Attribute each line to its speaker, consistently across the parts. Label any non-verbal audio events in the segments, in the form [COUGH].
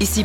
Speaker 1: Ici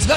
Speaker 2: Tu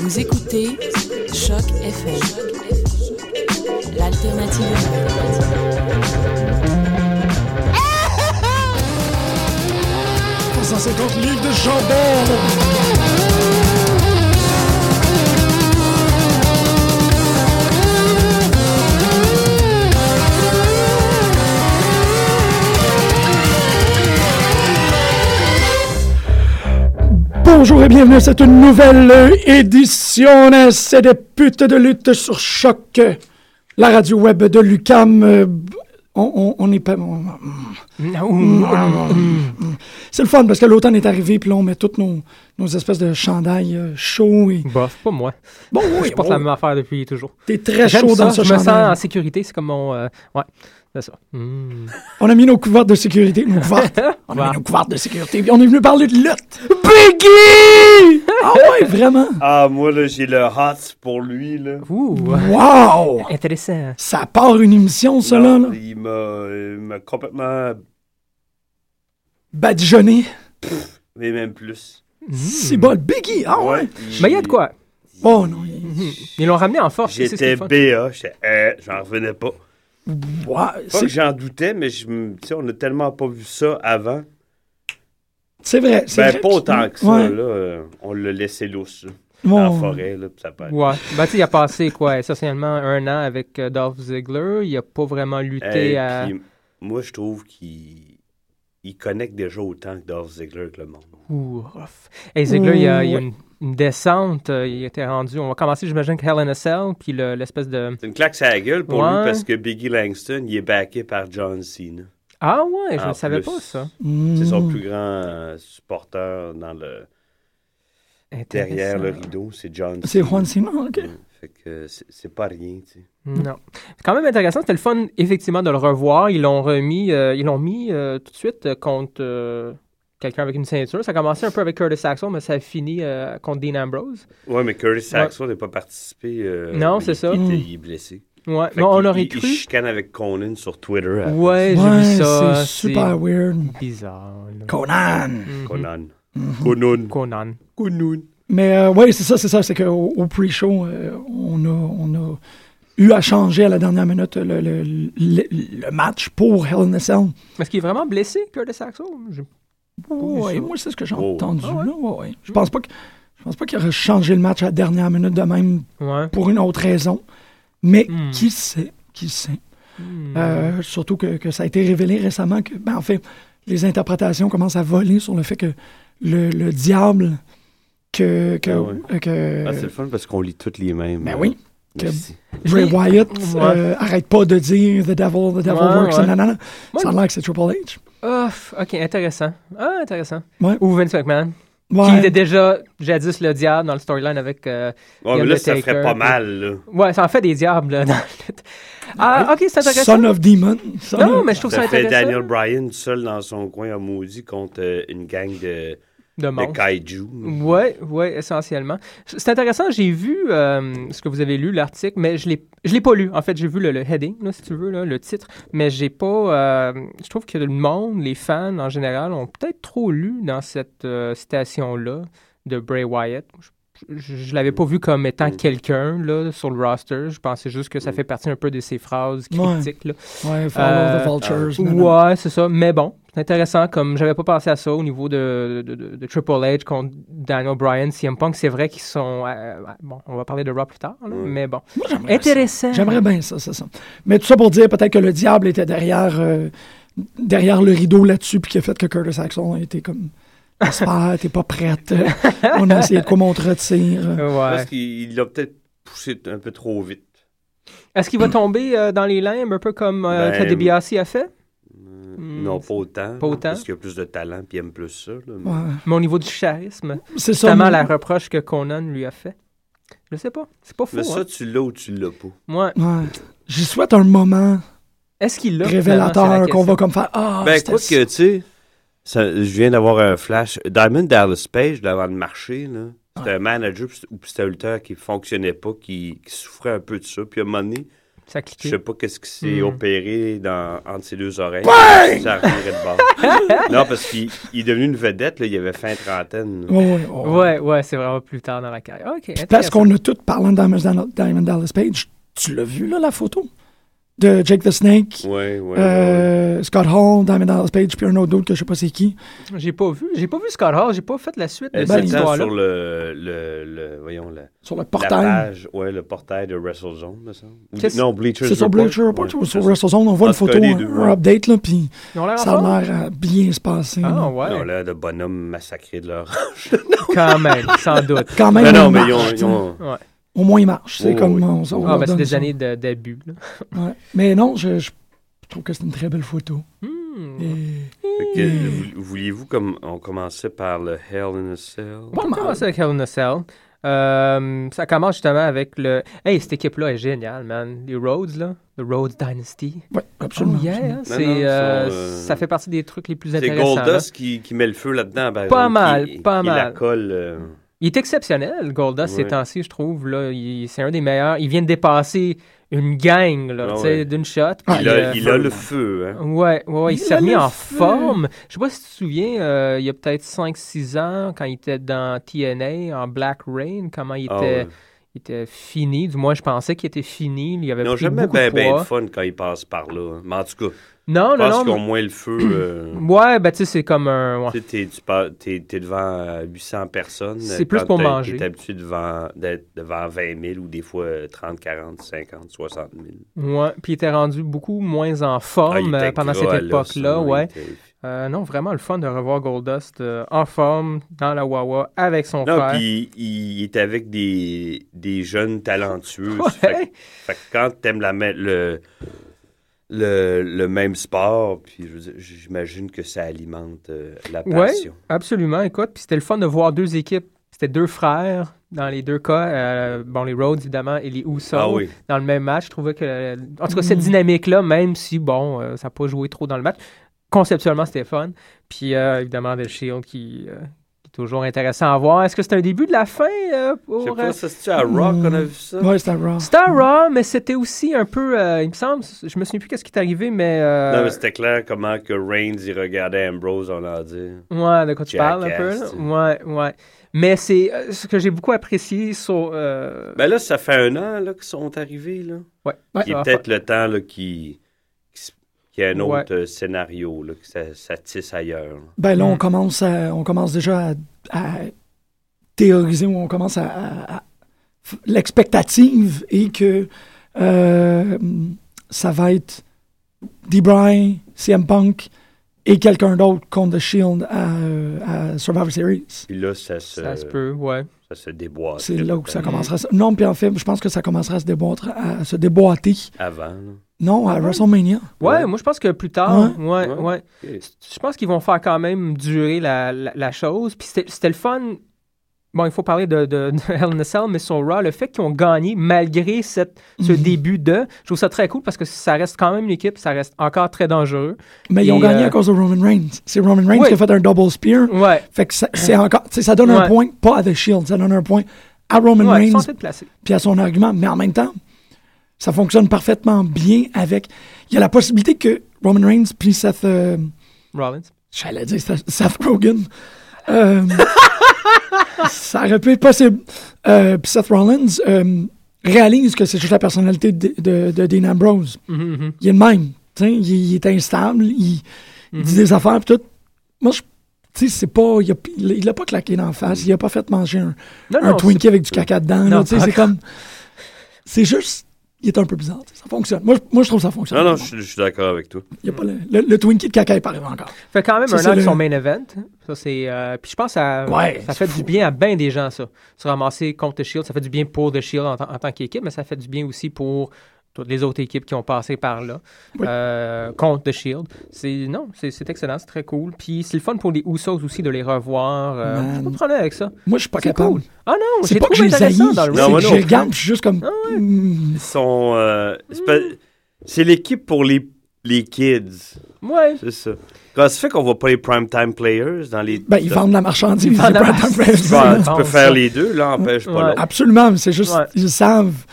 Speaker 3: Vous écoutez Choc FM, l'alternative. urbaine.
Speaker 4: 150 livres de chambon! Bonjour et bienvenue à cette nouvelle euh, édition hein, C'est des putes de lutte sur choc. euh, La radio web de Lucam. euh, on- on on n'est pas. on- C'est le fun parce que l'automne est arrivé, puis là, on met toutes nos, nos espèces de chandails euh, chauds. Et...
Speaker 5: Bof, Bah, pas moi.
Speaker 4: Bon, oui,
Speaker 5: je porte
Speaker 4: bon,
Speaker 5: la même affaire depuis toujours.
Speaker 4: t'es très
Speaker 5: J'aime
Speaker 4: chaud
Speaker 5: ça,
Speaker 4: dans ce
Speaker 5: Je me sens
Speaker 4: chandail.
Speaker 5: en sécurité, c'est comme mon... euh, ouais, c'est ça. Mm.
Speaker 4: On a mis nos couvertes de sécurité. Nos couvertes. on a
Speaker 5: Wow.
Speaker 4: mis nos couvertes de sécurité, puis on est venu parler de lutte. Biggie! Ah ouais, vraiment?
Speaker 6: Ah, moi, là, j'ai le hot pour lui, là.
Speaker 4: [LAUGHS]
Speaker 5: Ouh,
Speaker 4: Wow!
Speaker 5: intéressant.
Speaker 4: Ça part une émission, ça, là. là.
Speaker 6: Non, Il m'a il m'a complètement...
Speaker 4: Badigeonné.
Speaker 6: Mais même plus.
Speaker 4: C'est bon, le Biggie, ah ouais?
Speaker 5: Mais il y a de quoi.
Speaker 4: Oh non, il-
Speaker 5: Ils l'ont ramené en
Speaker 4: Ah,
Speaker 5: force. c'est ce qui est
Speaker 6: J'étais
Speaker 5: le fun.
Speaker 6: BA, j'étais... euh, j'en revenais pas.
Speaker 4: Ouais,
Speaker 6: Pas que
Speaker 4: c'est-
Speaker 6: j'en doutais, mais je me- tu sais, on a tellement pas vu ça avant.
Speaker 4: c'est vrai. c'est
Speaker 6: Ben,
Speaker 4: vrai
Speaker 6: pas
Speaker 4: que-
Speaker 6: autant que ça,
Speaker 4: ouais.
Speaker 6: là. euh, On l'a laissé lousse, là,
Speaker 4: Ouais,
Speaker 6: dans
Speaker 4: ouais.
Speaker 6: la forêt, là, pis ça peut
Speaker 5: Ouais. Ben, tu sais, il a passé, quoi, essentiellement un an avec euh, Dolph Ziggler. Il a pas vraiment lutté
Speaker 6: Hey,
Speaker 4: euh,
Speaker 5: à...
Speaker 6: puis, moi, je trouve qu'il il connecte déjà autant que Dolph Ziggler que le monde.
Speaker 5: Ouh, rough. Hey, Ziggler, il y a, il y a
Speaker 4: Ouais.
Speaker 5: une, une descente. euh, Il était rendu... On va commencer, j'imagine, avec Hell in a Cell, puis le- l'espèce de...
Speaker 6: C'est une claque sur la gueule pour
Speaker 5: Ouais.
Speaker 6: lui parce que Biggie Langston, il est backé par John Cena.
Speaker 5: Ah ouais, je
Speaker 6: En
Speaker 5: ne savais
Speaker 6: plus.
Speaker 5: pas ça.
Speaker 6: C'est son
Speaker 4: Mm.
Speaker 6: plus grand euh, supporter dans le derrière
Speaker 5: Intéressant.
Speaker 6: le rideau, c'est John.
Speaker 4: C'est
Speaker 6: Cena.
Speaker 4: Juan Sina, ok.
Speaker 6: Mm. Fait que c'est c'est pas rien, tu sais.
Speaker 4: Hmm.
Speaker 5: Non. C'est quand même intéressant. C'était le fun, effectivement, de le revoir. Ils l'ont remis, euh, ils l'ont mis euh, tout de suite euh, contre euh, quelqu'un avec une ceinture. Ça a commencé un peu avec Curtis Axel, mais ça a fini euh, contre Dean Ambrose.
Speaker 6: Ouais, mais Curtis Axel n'a pas participé. euh,
Speaker 5: Non,
Speaker 6: mais
Speaker 5: c'est
Speaker 6: il-
Speaker 5: ça.
Speaker 6: Il, était-
Speaker 4: Mm.
Speaker 6: il est blessé.
Speaker 5: Ouais,
Speaker 6: Fait
Speaker 5: mais on
Speaker 6: qu'il-
Speaker 5: aurait
Speaker 6: il-
Speaker 5: cru.
Speaker 6: Il chicane avec Conan sur Twitter. après.
Speaker 5: Ouais, j'ai
Speaker 4: Ouais,
Speaker 5: vu ça.
Speaker 4: c'est super weird.
Speaker 5: bizarre. là.
Speaker 4: Conan!
Speaker 5: Mhm.
Speaker 6: Conan. Conan.
Speaker 5: Conan.
Speaker 6: Conan.
Speaker 4: Mais Mm-hmm. euh, ouais, c'est ça, c'est ça. C'est qu'au au pre-show, euh, on, a, on a eu à changer à la dernière minute le, le- le- le match pour Hell in a Cell.
Speaker 5: Est-ce qu'il est vraiment blessé, Curtis Axel? Je-
Speaker 4: Ouais,
Speaker 5: ça. Ah
Speaker 4: moi, c'est ce que j'ai
Speaker 6: Oh.
Speaker 4: entendu. là, ouais, ouais. Je pense pas que- je pense pas qu'il aurait changé le match à la dernière minute de même
Speaker 5: Ouais.
Speaker 4: pour une autre raison. Mais
Speaker 5: Hmm.
Speaker 4: qui sait? qui sait. Euh, surtout que, que ça a été révélé récemment que, ben, en fait, les interprétations commencent à voler sur le fait que le, le diable que. que,
Speaker 6: Ah ouais.
Speaker 4: euh, que-
Speaker 6: Ah, c'est le fun parce qu'on lit toutes les mêmes.
Speaker 4: Ben
Speaker 6: euh,
Speaker 4: oui. que
Speaker 6: merci.
Speaker 4: Bray
Speaker 5: J'ai-
Speaker 4: Wyatt
Speaker 5: Ouais.
Speaker 4: euh, arrête pas de dire The Devil, The Devil
Speaker 5: Ouais,
Speaker 4: Works,
Speaker 5: ouais.
Speaker 4: nanana.
Speaker 5: Moi,
Speaker 4: Ça a l'air que c'est Triple H.
Speaker 5: Ouf, ok, intéressant. Ah, intéressant.
Speaker 4: Ouais.
Speaker 5: Ou Vince McMahon,
Speaker 4: Ouais.
Speaker 5: qui était déjà jadis le diable dans le storyline avec. euh,
Speaker 6: Ouais,
Speaker 5: The
Speaker 6: mais là, ça
Speaker 5: Undertaker,
Speaker 6: ferait pas
Speaker 5: puis-
Speaker 6: mal, là.
Speaker 5: Ouais, ça en fait des diables. là, [LAUGHS] dans le- Ah, ok, c'est intéressant.
Speaker 4: Son of Demon. Son
Speaker 5: Non,
Speaker 4: of-
Speaker 5: mais je trouve ça
Speaker 6: fait
Speaker 5: intéressant.
Speaker 6: Daniel Bryan seul dans son coin à maudit contre euh, une gang de,
Speaker 5: De monstres.
Speaker 6: kaiju.
Speaker 5: Ouais, ouais, essentiellement. C'est c'est intéressant, j'ai vu euh, ce que vous avez lu, l'article, mais je l'ai, je l'ai pas lu. En fait, j'ai vu le, le heading, là, si tu veux, là, le titre, mais j'ai pas. euh, je trouve que le monde, les fans en général, ont peut-être trop lu dans cette euh, citation-là de Bray Wyatt. Je, je- je l'avais pas vu comme étant
Speaker 6: Mm.
Speaker 5: quelqu'un là, sur le roster. Je pensais juste que ça fait partie un peu de ses phrases
Speaker 4: Ouais.
Speaker 5: critiques. là.
Speaker 4: Ouais, Follow
Speaker 6: Euh,
Speaker 4: the Vultures, non, non.
Speaker 5: Ouais, c'est ça. Mais bon, c'est intéressant. Comme j'avais pas pensé à ça au niveau de, de- de- de Triple H contre Daniel Bryan, CM Punk, c'est vrai qu'ils sont. euh, bon, on va parler de Raw plus tard, là, mais bon. Intéressant.
Speaker 4: J'aimerais bien ça, c'est ça. Mais tout ça pour dire peut-être que le diable était derrière, euh, derrière le rideau là-dessus, puis qui a fait que Curtis Axel a été comme. J'espère, t'es pas
Speaker 5: [LAUGHS]
Speaker 4: prête. On a essayé de quoi mon retire.
Speaker 6: Parce qu'il l'a peut-être poussé un peu trop vite.
Speaker 5: Est-ce qu'il va tomber euh, dans les limbes, un peu comme euh,
Speaker 6: Ben, euh,
Speaker 5: Ted DiBiase a fait? Hmm,
Speaker 6: Non, pas autant.
Speaker 5: Pas autant.
Speaker 6: Parce qu'il a plus de talent puis il aime plus ça. là, mais-
Speaker 4: Ouais.
Speaker 5: Mais au niveau du charisme,
Speaker 4: C'est ça,
Speaker 5: justement
Speaker 4: mais-
Speaker 5: la reproche que Conan lui a fait. Je sais pas. C'est pas faux.
Speaker 6: Mais ça,
Speaker 5: hein.
Speaker 6: tu l'as ou tu l'as pas.
Speaker 5: Ouais.
Speaker 4: Ouais. J'y souhaite un moment
Speaker 5: Est-ce qu'il l'a? finalement, c'est
Speaker 4: révélateur
Speaker 5: la
Speaker 4: qu'on va
Speaker 5: question.
Speaker 4: comme faire Ah,
Speaker 6: ben,
Speaker 4: c'était
Speaker 6: écoute que, tu sais, ça- je viens d'avoir un flash. Diamond Dallas Page, devant le marché, là, c'était un manager puis c'était- ou puis c'était un lutteur qui fonctionnait pas, qui, qui souffrait un peu de ça. Puis à un moment donné,
Speaker 5: Ça a cliqué.
Speaker 6: je sais pas qu'est-ce qui s'est
Speaker 5: Hmm.
Speaker 6: opéré dans, entre ses deux oreilles.
Speaker 5: Bang!
Speaker 6: Ça reviendrait de bord. non, parce qu'il il est devenu une vedette, là, il avait fin trentaine. là.
Speaker 4: Ouais, ouais,
Speaker 5: Ouais, ouais, c'est vraiment plus tard dans la carrière. Ok.
Speaker 4: Puis parce
Speaker 5: intéressant.
Speaker 4: qu'on a tout parlé de Diamond Dal- Diamond Dallas Page, tu l'as vu, là, la photo de Jake the Snake,
Speaker 6: Ouais, ouais,
Speaker 4: euh, Scott Hall, Diamond Dallas Page, puis un autre d'autre que je sais pas c'est qui.
Speaker 5: J'ai pas vu, j'ai pas vu Scott Hall, j'ai pas fait la suite de
Speaker 6: Elle
Speaker 5: cette
Speaker 6: s'étend
Speaker 5: histoire-là.
Speaker 6: Eh, sur le, le, le- voyons, la-
Speaker 4: Sur le
Speaker 6: la
Speaker 4: portail.
Speaker 6: page, ouais, le portail de WrestleZone, me semble. Ou-
Speaker 4: Qu'est-ce-
Speaker 6: non, Bleachers
Speaker 4: C'est sur
Speaker 6: Report.
Speaker 4: Bleacher Report
Speaker 6: Ouais,
Speaker 4: ou sur
Speaker 6: c'est ça.
Speaker 4: WrestleZone, on voit
Speaker 6: En
Speaker 4: une
Speaker 6: tout cas,
Speaker 4: photo, hein,
Speaker 6: les deux,
Speaker 4: un, un
Speaker 6: ouais.
Speaker 4: update, là, puis
Speaker 5: Ils ont l'air en
Speaker 4: ça
Speaker 5: forme.
Speaker 4: a l'air à bien se passer.
Speaker 5: Ah
Speaker 4: là.
Speaker 5: ouais,
Speaker 6: Non, là, de bonhomme massacré de leur. [LAUGHS]
Speaker 5: quand même, sans doute.
Speaker 4: Quand même,
Speaker 6: Mais non,
Speaker 4: ils
Speaker 6: mais ils ont-
Speaker 4: marchent,
Speaker 6: ils ont-
Speaker 4: tu sais.
Speaker 5: Ouais.
Speaker 4: Au moins, ils marchent. C'est
Speaker 6: Oh,
Speaker 4: comme
Speaker 6: oui.
Speaker 4: on, [LAUGHS] on
Speaker 5: Ah,
Speaker 4: leur
Speaker 5: ben c'est
Speaker 4: donne
Speaker 5: des
Speaker 4: ça.
Speaker 5: années de- d'abus. là.
Speaker 4: Ouais. Mais non, je, je trouve que c'est une très belle photo.
Speaker 5: Hmm.
Speaker 4: Et-
Speaker 6: Fait que, vou- Vouliez-vous comme on commençait par le Hell in a Cell?
Speaker 5: Bon, on va commencer avec Hell in a Cell. Euh, ça commence justement avec le. Hey, cette équipe-là est géniale, man. Les Rhodes, là. The Rhodes Dynasty.
Speaker 4: Ouais, absolument.
Speaker 5: Oh, yeah,
Speaker 4: absolument.
Speaker 5: c'est,
Speaker 6: non, ils sont,
Speaker 5: euh,
Speaker 6: euh,
Speaker 5: Ça fait partie des trucs les plus
Speaker 6: C'est
Speaker 5: intéressants. là.
Speaker 6: Goldust qui, qui met le feu là-dedans.
Speaker 5: Pas
Speaker 6: par exemple,
Speaker 5: mal,
Speaker 6: qui-
Speaker 5: pas
Speaker 6: qui la
Speaker 5: mal.
Speaker 6: colle. euh,
Speaker 5: Il est exceptionnel, Goldust, ces
Speaker 6: Ouais.
Speaker 5: temps-ci, je trouve. Là, Il- c'est un des meilleurs. Il vient de dépasser une gang, là,
Speaker 6: Ah
Speaker 5: tu sais,
Speaker 6: ouais.
Speaker 5: d'une shot. puis,
Speaker 6: il, a,
Speaker 5: euh,
Speaker 6: il a le feu, hein?
Speaker 5: Ouais, ouais, ouais, il,
Speaker 4: Il
Speaker 5: s'est
Speaker 4: a
Speaker 5: remis
Speaker 4: le
Speaker 5: en
Speaker 4: feu.
Speaker 5: forme. Je sais pas si tu te souviens, euh, il y a peut-être 5-6 ans, quand il était dans TNA, en Black Rain, comment il était,
Speaker 6: Ah ouais.
Speaker 5: il était fini. Du moins, je pensais qu'il était fini. Il avait
Speaker 6: Ils n'ont
Speaker 5: pris
Speaker 6: jamais
Speaker 5: beaucoup
Speaker 6: bien
Speaker 5: de poids.
Speaker 6: de fun quand ils passent par là. hein. Mais en tout cas,
Speaker 5: non,
Speaker 6: je
Speaker 5: non,
Speaker 6: pense
Speaker 5: non.
Speaker 6: qu'ils ont moins le feu.
Speaker 5: [CLEARS THROAT]
Speaker 6: euh,
Speaker 5: mais- Ouais, ben tu sais, c'est comme un... ouais.
Speaker 6: Tu sais, t'es- tu pars- t'es t'es devant euh, 800 personnes.
Speaker 5: C'est
Speaker 6: euh,
Speaker 5: plus
Speaker 6: quand
Speaker 5: pour
Speaker 6: t'es-
Speaker 5: manger.
Speaker 6: T'es habitué devant, d'être devant 20 000 ou des fois euh, 30, 40, 50, 60 000.
Speaker 5: Ouais, puis il était rendu beaucoup moins en
Speaker 6: Ah, il
Speaker 5: forme
Speaker 6: était
Speaker 5: euh, pendant
Speaker 6: gras,
Speaker 5: cette
Speaker 6: là,
Speaker 5: époque-là,
Speaker 6: ça, il
Speaker 5: ouais.
Speaker 6: était-
Speaker 5: Euh, non, vraiment le fun de revoir Goldust euh, en forme, dans la Wawa, avec son
Speaker 6: Non,
Speaker 5: frère.
Speaker 6: puis il, il est avec des, des jeunes talentueux.
Speaker 5: Ouais.
Speaker 6: Fait, que- fait que quand t'aimes la mê- le, le, le même sport, puis je veux dire, j'imagine que ça alimente euh, la
Speaker 5: Oui,
Speaker 6: passion.
Speaker 5: absolument. Écoute, puis c'était le fun de voir deux équipes. C'était deux frères dans les deux cas. Euh, bon, les Rhodes, évidemment, et les Usos
Speaker 6: Ah oui.
Speaker 5: dans le même match. Je trouvais que, en tout cas, cette dynamique-là, même si, bon, euh, ça n'a pas joué trop dans le match, conceptuellement, c'était fun. Puis, euh, évidemment, The Shield qui, euh, qui est toujours intéressant à voir. Est-ce que c'est un début de la fin euh,
Speaker 6: Je sais
Speaker 5: pour... euh,
Speaker 6: pas, ça c'est-tu à Rock qu'on a vu ça?
Speaker 4: Ouais, c'était Raw.
Speaker 5: C'était un Raw, mais c'était aussi un peu, euh, il me semble, je me souviens plus qu'est-ce qui est arrivé, mais... euh,
Speaker 6: Non, mais c'était clair comment que Reigns, il regardait Ambrose, on l'a dit.
Speaker 5: Ouais, de quoi tu parles un peu.
Speaker 6: Jackass,
Speaker 5: Là. Ouais, ouais. Mais c'est euh, ce que j'ai beaucoup apprécié sur. euh,
Speaker 6: Ben là, ça fait un an là, qu'ils sont arrivés. Là.
Speaker 5: Ouais. Ah,
Speaker 6: Il y
Speaker 5: ça
Speaker 6: a
Speaker 5: va
Speaker 6: peut-être le temps là, qui, qui, s- qu'il y ait un
Speaker 5: Ouais.
Speaker 6: autre euh, scénario, là, que ça, ça tisse ailleurs. là.
Speaker 4: Ben là, on
Speaker 5: Mm.
Speaker 4: commence, à- on commence déjà à, à théoriser ou on commence à, à- à- f- l'expectative et que euh, ça va être D. Bryan, CM Punk et quelqu'un d'autre contre The Shield à, euh, à Survivor Series.
Speaker 6: Puis là, ça se.
Speaker 5: Ça se peut, ouais.
Speaker 6: Ça se déboîte.
Speaker 4: C'est là où
Speaker 5: Ben,
Speaker 4: ça commencera. à se- Non, puis en fait, je pense que ça commencera à se déboîter. À se déboîter.
Speaker 6: Avant, là.
Speaker 4: Non, à WrestleMania.
Speaker 5: Ah Ouais, moi je pense que plus tard, ouais, ouais.
Speaker 6: Ok.
Speaker 5: C- Je pense qu'ils vont faire quand même durer la, la- la chose. Puis c'était c'était le fun. Bon, il faut parler de, de, de [LAUGHS] Hell in a Cell, mais sur Raw, le fait qu'ils ont gagné malgré cette, ce
Speaker 4: Mhm.
Speaker 5: début de, je trouve ça très cool parce que ça reste quand même l'équipe, ça reste encore très dangereux.
Speaker 4: Mais ils ont
Speaker 5: Et,
Speaker 4: gagné
Speaker 5: euh,
Speaker 4: à cause de Roman Reigns. C'est Roman Reigns
Speaker 5: Oui.
Speaker 4: qui a fait un double spear.
Speaker 5: Ouais.
Speaker 4: Fait que ça, c'est encore, tu sais, ça donne un
Speaker 5: Euh. Ouais.
Speaker 4: point, pas à The Shield, ça donne un point à Roman
Speaker 5: Ouais, ils sont
Speaker 4: Reigns,
Speaker 5: en train de placer.
Speaker 4: puis à son argument. Mais en même temps, ça fonctionne parfaitement bien avec. Il y a la possibilité que Roman Reigns puis Seth. euh,
Speaker 5: Rollins.
Speaker 4: J'allais dire Seth, Seth Rogen. Euh,
Speaker 5: [LAUGHS]
Speaker 4: ça aurait pu être possible. Euh, puis Seth Rollins euh, réalise que c'est juste la personnalité de, de, de Dean Ambrose.
Speaker 5: Mhm, mhm.
Speaker 4: Il est le même. tu sais, Il, il est instable, il, il
Speaker 5: Mhm.
Speaker 4: dit des affaires, pis tout. Moi, je. Tu sais, c'est pas. Il a, il il l'a pas claqué d'en face, il a pas fait manger un,
Speaker 5: Non,
Speaker 4: un
Speaker 5: non,
Speaker 4: Twinkie avec du caca dedans.
Speaker 5: Non,
Speaker 4: là, tu sais,
Speaker 5: pas
Speaker 4: c'est
Speaker 5: encore.
Speaker 4: comme. C'est juste. Il est un peu bizarre. tu sais, Ça fonctionne. Moi, je- moi, je trouve que ça fonctionne.
Speaker 6: Non, non, je suis- je suis d'accord avec toi.
Speaker 4: Il y a pas le, le- le Twinkie de caca est pas arrivé encore.
Speaker 5: Fait quand même
Speaker 4: Ça, c'est
Speaker 5: un an qu'ils
Speaker 4: le-
Speaker 5: sont main event. Ça, c'est, euh, puis je pense que ça,
Speaker 4: Ouais,
Speaker 5: ça fait
Speaker 4: c'est
Speaker 5: du bien à bien des gens, ça. Se ramasser contre The Shield, ça fait du bien pour The Shield en, tant- en tant qu'équipe, mais ça fait du bien aussi pour toutes les autres équipes qui ont passé par là euh, contre The Shield. C'est, non, c'est, c'est excellent, c'est très cool. Puis c'est le fun pour les Usos aussi de les revoir. Euh,
Speaker 4: Man.
Speaker 5: j'ai pas de problème avec ça.
Speaker 4: Moi, je suis pas
Speaker 5: C'est
Speaker 4: capable.
Speaker 5: cool. Ah non,
Speaker 4: C'est
Speaker 5: j'ai
Speaker 4: pas que je
Speaker 5: trouvé
Speaker 4: les haïs,
Speaker 5: intéressant dans le
Speaker 4: c'est
Speaker 6: Non,
Speaker 4: que
Speaker 6: moi
Speaker 4: je
Speaker 6: non.
Speaker 4: les regarde, je suis juste comme...
Speaker 5: Ah
Speaker 4: hmm,
Speaker 6: Ils sont. euh, c'est pas- c'est l'équipe pour les, les kids.
Speaker 5: Ouais.
Speaker 6: C'est ça. Quand ça fait qu'on voit pas les prime time players dans les.
Speaker 4: Ben, ils vendent la marchandise.
Speaker 5: Ils vendent la
Speaker 4: c'est pas tant
Speaker 5: marchandise.
Speaker 4: prévu.
Speaker 6: Tu peux- tu
Speaker 5: Bon,
Speaker 6: peux
Speaker 5: ça.
Speaker 6: faire les deux, là, empêche pas
Speaker 5: Ouais.
Speaker 6: l'autre.
Speaker 4: Absolument, mais c'est juste,
Speaker 5: Ouais.
Speaker 4: ils savent...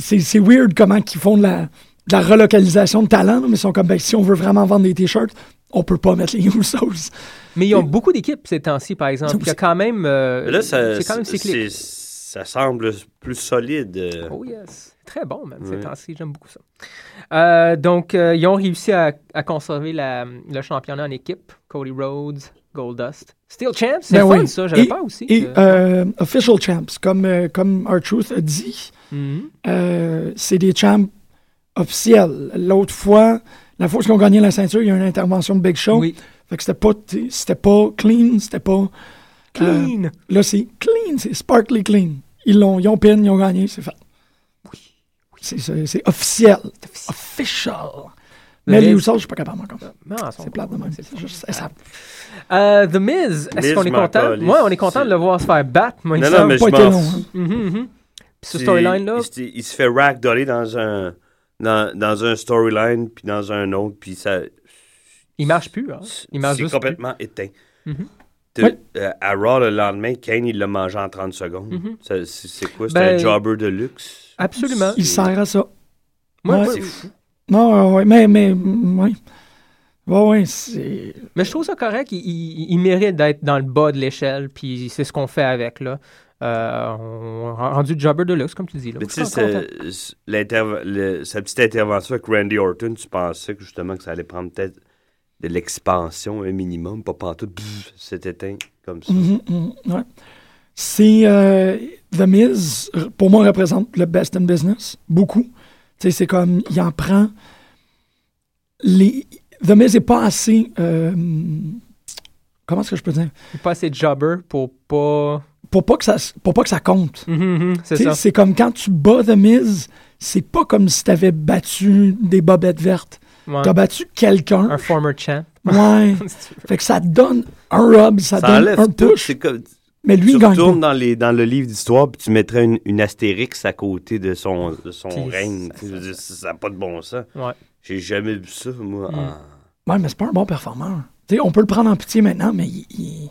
Speaker 4: C'est c'est weird comment ils font de la, de la relocalisation de talent, mais ils sont comme, ben, si on veut vraiment vendre des T-shirts, on peut pas mettre les [LAUGHS] Usos.
Speaker 5: Mais ils ont beaucoup d'équipes ces temps-ci, par exemple.
Speaker 4: Ça
Speaker 5: Il y a quand même. euh,
Speaker 6: Mais Là, ça,
Speaker 5: c'est quand même cyclique.
Speaker 6: c'est- ça semble plus solide. euh.
Speaker 5: Oh yes. Très bon, même, ces
Speaker 6: Ouais.
Speaker 5: temps-ci. J'aime beaucoup ça. Euh, donc, euh, ils ont réussi à, à conserver la- le championnat en équipe. Cody Rhodes, Goldust. Steel Champs, c'est
Speaker 4: Ben
Speaker 5: fun,
Speaker 4: oui.
Speaker 5: ça. J'avais
Speaker 4: Et-
Speaker 5: pas aussi.
Speaker 4: Et
Speaker 5: que-
Speaker 4: euh, Official Champs, comme, euh, comme R-Truth a dit,
Speaker 5: Mhm.
Speaker 4: euh, c'est des champs officiels. L'autre fois, la fois qu'ils ont gagné la ceinture, il y a eu une intervention de Big Show.
Speaker 5: Oui.
Speaker 4: Fait que c'était pas, t- c'était pas clean, c'était pas. euh,
Speaker 5: Clean.
Speaker 4: Là, c'est clean, c'est sparkly clean. Ils l'ont, ils ont pin, ils ont gagné, c'est fait. C'est, c'est- c'est officiel. Official. Mais
Speaker 5: Le
Speaker 4: les
Speaker 5: Miz-
Speaker 4: Usos, je suis pas capable encore.
Speaker 5: Non, ils sont
Speaker 4: C'est plate Ah, de même. C'est juste, ça- ça-
Speaker 5: Euh, The Miz, est-ce
Speaker 6: Miz,
Speaker 5: qu'on est
Speaker 6: je m'en
Speaker 5: content?
Speaker 6: calisse.
Speaker 5: Ouais, on est content de le voir se faire battre. Moi, il
Speaker 6: Non,
Speaker 5: semble.
Speaker 6: non, mais
Speaker 4: pas
Speaker 6: je
Speaker 4: été
Speaker 6: m'en
Speaker 4: long,
Speaker 6: fous.
Speaker 4: hein.
Speaker 5: Mhm, mhm. Puis ce
Speaker 6: C'est-
Speaker 5: storyline-là,
Speaker 6: il se- Il se fait ragdoller dans un, dans, dans un storyline, puis dans un autre, puis ça.
Speaker 5: il marche plus. hein. Il marche
Speaker 6: C'est
Speaker 5: juste
Speaker 6: complètement éteint.
Speaker 5: Mhm.
Speaker 6: T'as-
Speaker 4: Ouais.
Speaker 6: euh, à Raw, le lendemain, Kane, il l'a mangé en 30 secondes.
Speaker 5: Mhm.
Speaker 6: Ça, c'est, c'est quoi? C'est
Speaker 5: Ben,
Speaker 6: un jobber de luxe?
Speaker 5: plus. Absolument.
Speaker 4: Il sert à ça.
Speaker 5: Moi,
Speaker 4: Ouais.
Speaker 5: moi,
Speaker 6: C'est fou.
Speaker 4: Non, ouais, ouais, mais, mais, mm, ouais. Ouais, ouais, c'est.
Speaker 5: Mais je trouve ça correct. Il, il- il mérite d'être dans le bas de l'échelle, puis c'est ce qu'on fait avec, là. Euh, on a rendu jobber de luxe, comme tu dis. Là.
Speaker 6: Mais
Speaker 5: Je
Speaker 6: tu sais,
Speaker 5: suis content.
Speaker 6: c'est- c'est- l'interv- le- sa petite intervention avec Randy Orton, tu pensais que justement que ça allait prendre peut-être de l'expansion, un minimum, pas pantoute, pff, c'est éteint comme ça.
Speaker 4: Mhm, mhm, ouais. C'est. euh, The Miz, r- pour moi, représente le best in business. Beaucoup. Tu sais, c'est comme. Il en prend. Les... The Miz n'est pas assez. euh, comment est-ce que je peux dire
Speaker 5: Il est Pas assez jobber pour pas.
Speaker 4: Pour pas que ça, s- pour pas que ça compte.
Speaker 6: Mm-hmm,
Speaker 5: Mhm, mhm, c'est
Speaker 4: Tu sais,
Speaker 5: ça.
Speaker 4: C'est comme quand tu bats The Miz, c'est pas comme si t'avais battu des bobettes vertes.
Speaker 5: Ouais.
Speaker 4: T'as battu quelqu'un.
Speaker 5: Un former champ. [LAUGHS]
Speaker 4: Ouais. fait que ça te donne un rub, ça,
Speaker 6: Ça
Speaker 4: donne
Speaker 6: enlève
Speaker 4: un
Speaker 6: tout.
Speaker 4: push.
Speaker 6: C'est comme,
Speaker 4: Mais lui,
Speaker 6: tu
Speaker 4: il gagne pas.
Speaker 6: retournes dans, les, dans le livre d'histoire puis tu mettrais une, une astérix à côté de son, de son
Speaker 5: Puis
Speaker 6: règne.
Speaker 5: ça-
Speaker 6: Tu sais, je veux dire, Ça n'a pas de bon sens.
Speaker 5: Ouais.
Speaker 6: J'ai jamais vu ça,
Speaker 4: Mm.
Speaker 6: moi. en-
Speaker 4: Ouais, mais c'est pas un bon performeur. Tu sais, on peut le prendre en pitié maintenant, mais il- il-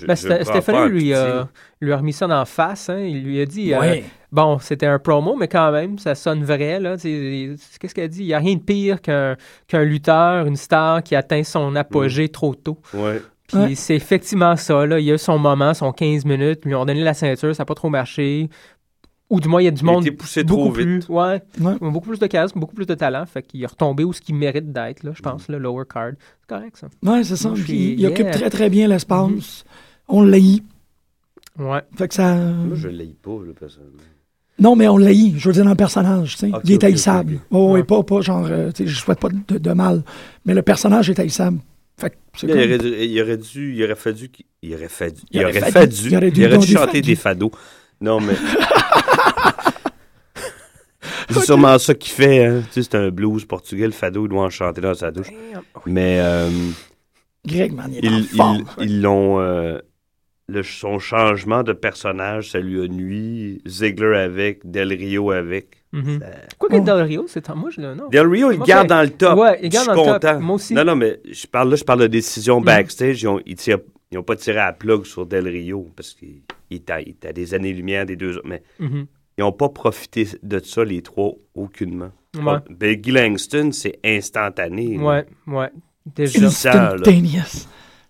Speaker 6: je-
Speaker 5: Ben,
Speaker 6: je
Speaker 5: Sta-
Speaker 6: le prends pas en
Speaker 5: Stéphanie lui,
Speaker 6: pitié.
Speaker 5: euh, lui a remis ça dans la face. hein. Il lui a dit euh,
Speaker 4: Ouais.
Speaker 5: Bon, c'était un promo, mais quand même, ça sonne vrai. là. C'est- c'est- Qu'est-ce qu'elle dit Il n'y a rien de pire qu'un qu'un lutteur, une star qui atteint son apogée trop tôt.
Speaker 6: Ouais.
Speaker 5: Puis
Speaker 4: Ouais.
Speaker 5: c'est effectivement ça. Là. Il y a eu son moment, son 15 minutes. Ils lui ont donné la ceinture, ça n'a pas trop marché. Ou du moins, il y a du
Speaker 6: Il a
Speaker 5: monde.
Speaker 6: été poussé
Speaker 5: beaucoup
Speaker 6: trop
Speaker 5: plus,
Speaker 6: vite.
Speaker 5: Ouais,
Speaker 4: Ouais.
Speaker 5: Beaucoup plus de charisme, beaucoup plus de talent. Fait qu'il est retombé où ce qu'il mérite d'être, là, je
Speaker 6: Mm.
Speaker 5: pense, le lower card. C'est correct, ça.
Speaker 4: Ouais, c'est ça.
Speaker 5: Moi, je
Speaker 4: Puis
Speaker 5: suis-
Speaker 4: il occupe
Speaker 5: yeah.
Speaker 4: très, très bien l'espace. On l'a eu.
Speaker 5: Ouais.
Speaker 4: Fait que ça. Mm.
Speaker 6: Moi, je ne l'ai pas, là, personnellement.
Speaker 4: Non, mais on l'haït, je veux dire, dans le personnage. tu sais.
Speaker 6: Ok,
Speaker 4: il est
Speaker 6: ok,
Speaker 4: haïssable.
Speaker 6: ok, ok.
Speaker 4: Oh, oui, pas, pas genre, euh, tu sais, je souhaite pas de, de mal, mais le personnage est haïssable. Fait que c'est
Speaker 6: Là,
Speaker 4: comme-
Speaker 6: il, aurait dû, il aurait dû, il aurait fallu, qu'il- il aurait fallu, il, aurait
Speaker 4: fallu-
Speaker 6: fallu,
Speaker 4: il aurait dû
Speaker 6: il aurait dû
Speaker 4: donc des
Speaker 6: chanter
Speaker 4: fadus.
Speaker 6: des fados. Non,
Speaker 4: [LAUGHS]
Speaker 6: mais. c'est sûrement ça qu'il fait. Hein. Tu sais, c'est un blues portugais, le fado, il doit en chanter dans sa douche. Mais. euh,
Speaker 4: Greg, man, il est en
Speaker 6: ils,
Speaker 4: forme.
Speaker 6: ils- ils l'ont. euh, le- son changement de personnage, ça lui a nuit. Ziegler avec, Del Rio avec.
Speaker 5: Mhm. Quoi que Del Rio, c'est en- moi je le non.
Speaker 6: Del Rio, il
Speaker 5: Moi,
Speaker 6: garde
Speaker 5: c'est-
Speaker 6: dans le top.
Speaker 5: Ouais, il garde
Speaker 6: je
Speaker 5: dans
Speaker 6: suis
Speaker 5: le
Speaker 6: content.
Speaker 5: top. Moi aussi. Mm-hmm.
Speaker 6: Non, non, mais je parle là, je parle de décision backstage. Ils n'ont ils tirent- ils ont pas tiré à plug sur Del Rio parce qu'il il est, à- il est à des années-lumière des deux autres. Mais
Speaker 5: Mhm.
Speaker 6: ils n'ont pas profité de ça, les trois, aucunement.
Speaker 5: Ouais.
Speaker 6: Bon, ben, Guy Langston, c'est instantané. là.
Speaker 5: Ouais, ouais. Déjà.
Speaker 4: Instantaneous.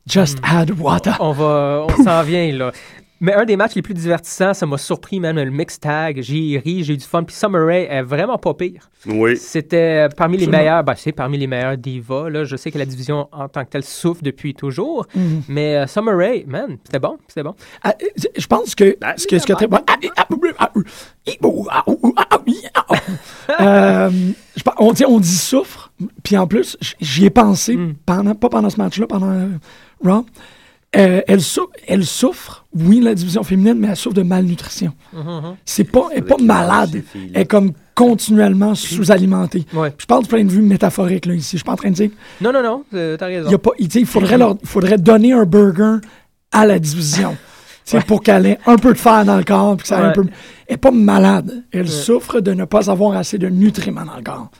Speaker 4: Just add water.
Speaker 5: On va, on [LAUGHS] s'en vient là. Mais un des matchs les plus divertissants, ça m'a surpris même le mix tag. J'ai ri, j'ai eu du fun. Puis Summer Rae est vraiment pas pire.
Speaker 6: Oui.
Speaker 5: C'était parmi les
Speaker 6: Absolument.
Speaker 5: meilleurs, ben, c'est parmi les meilleurs divas. Là. Je sais que la division en tant que telle souffre depuis toujours.
Speaker 4: Mhm.
Speaker 5: Mais euh, Summer Rae, man, c'était bon, c'était bon.
Speaker 4: Ah, je- Je pense que ce que, ce que t'as- Ah, ah, ah, ah, ah, ah, ah, ah, ah, ah, ah, ah. Euh, je pense- on dit on dit souffre, puis en plus j- j'y ai pensé pendant pas pendant ce match-là, pendant euh, Raw. Euh, elle, sou- elle souffre, oui, la division féminine, mais elle souffre de malnutrition. C'est pas, elle est pas malade. Elle est comme continuellement sous-alimentée.
Speaker 5: Ouais.
Speaker 4: Je parle du point de vue métaphorique là, ici. Je suis pas en train de dire
Speaker 5: Non, non, non, euh, t'as raison.
Speaker 4: il y a pas, il, dit, il faudrait, leur- il faudrait donner un burger à la
Speaker 5: [LAUGHS]
Speaker 4: division. C'est pour qu'elle ait un peu de fer dans le corps. Puis que ça ait un
Speaker 5: Ouais.
Speaker 4: peu- Elle n'est pas malade. Elle souffre de ne pas avoir assez de nutriments dans le corps.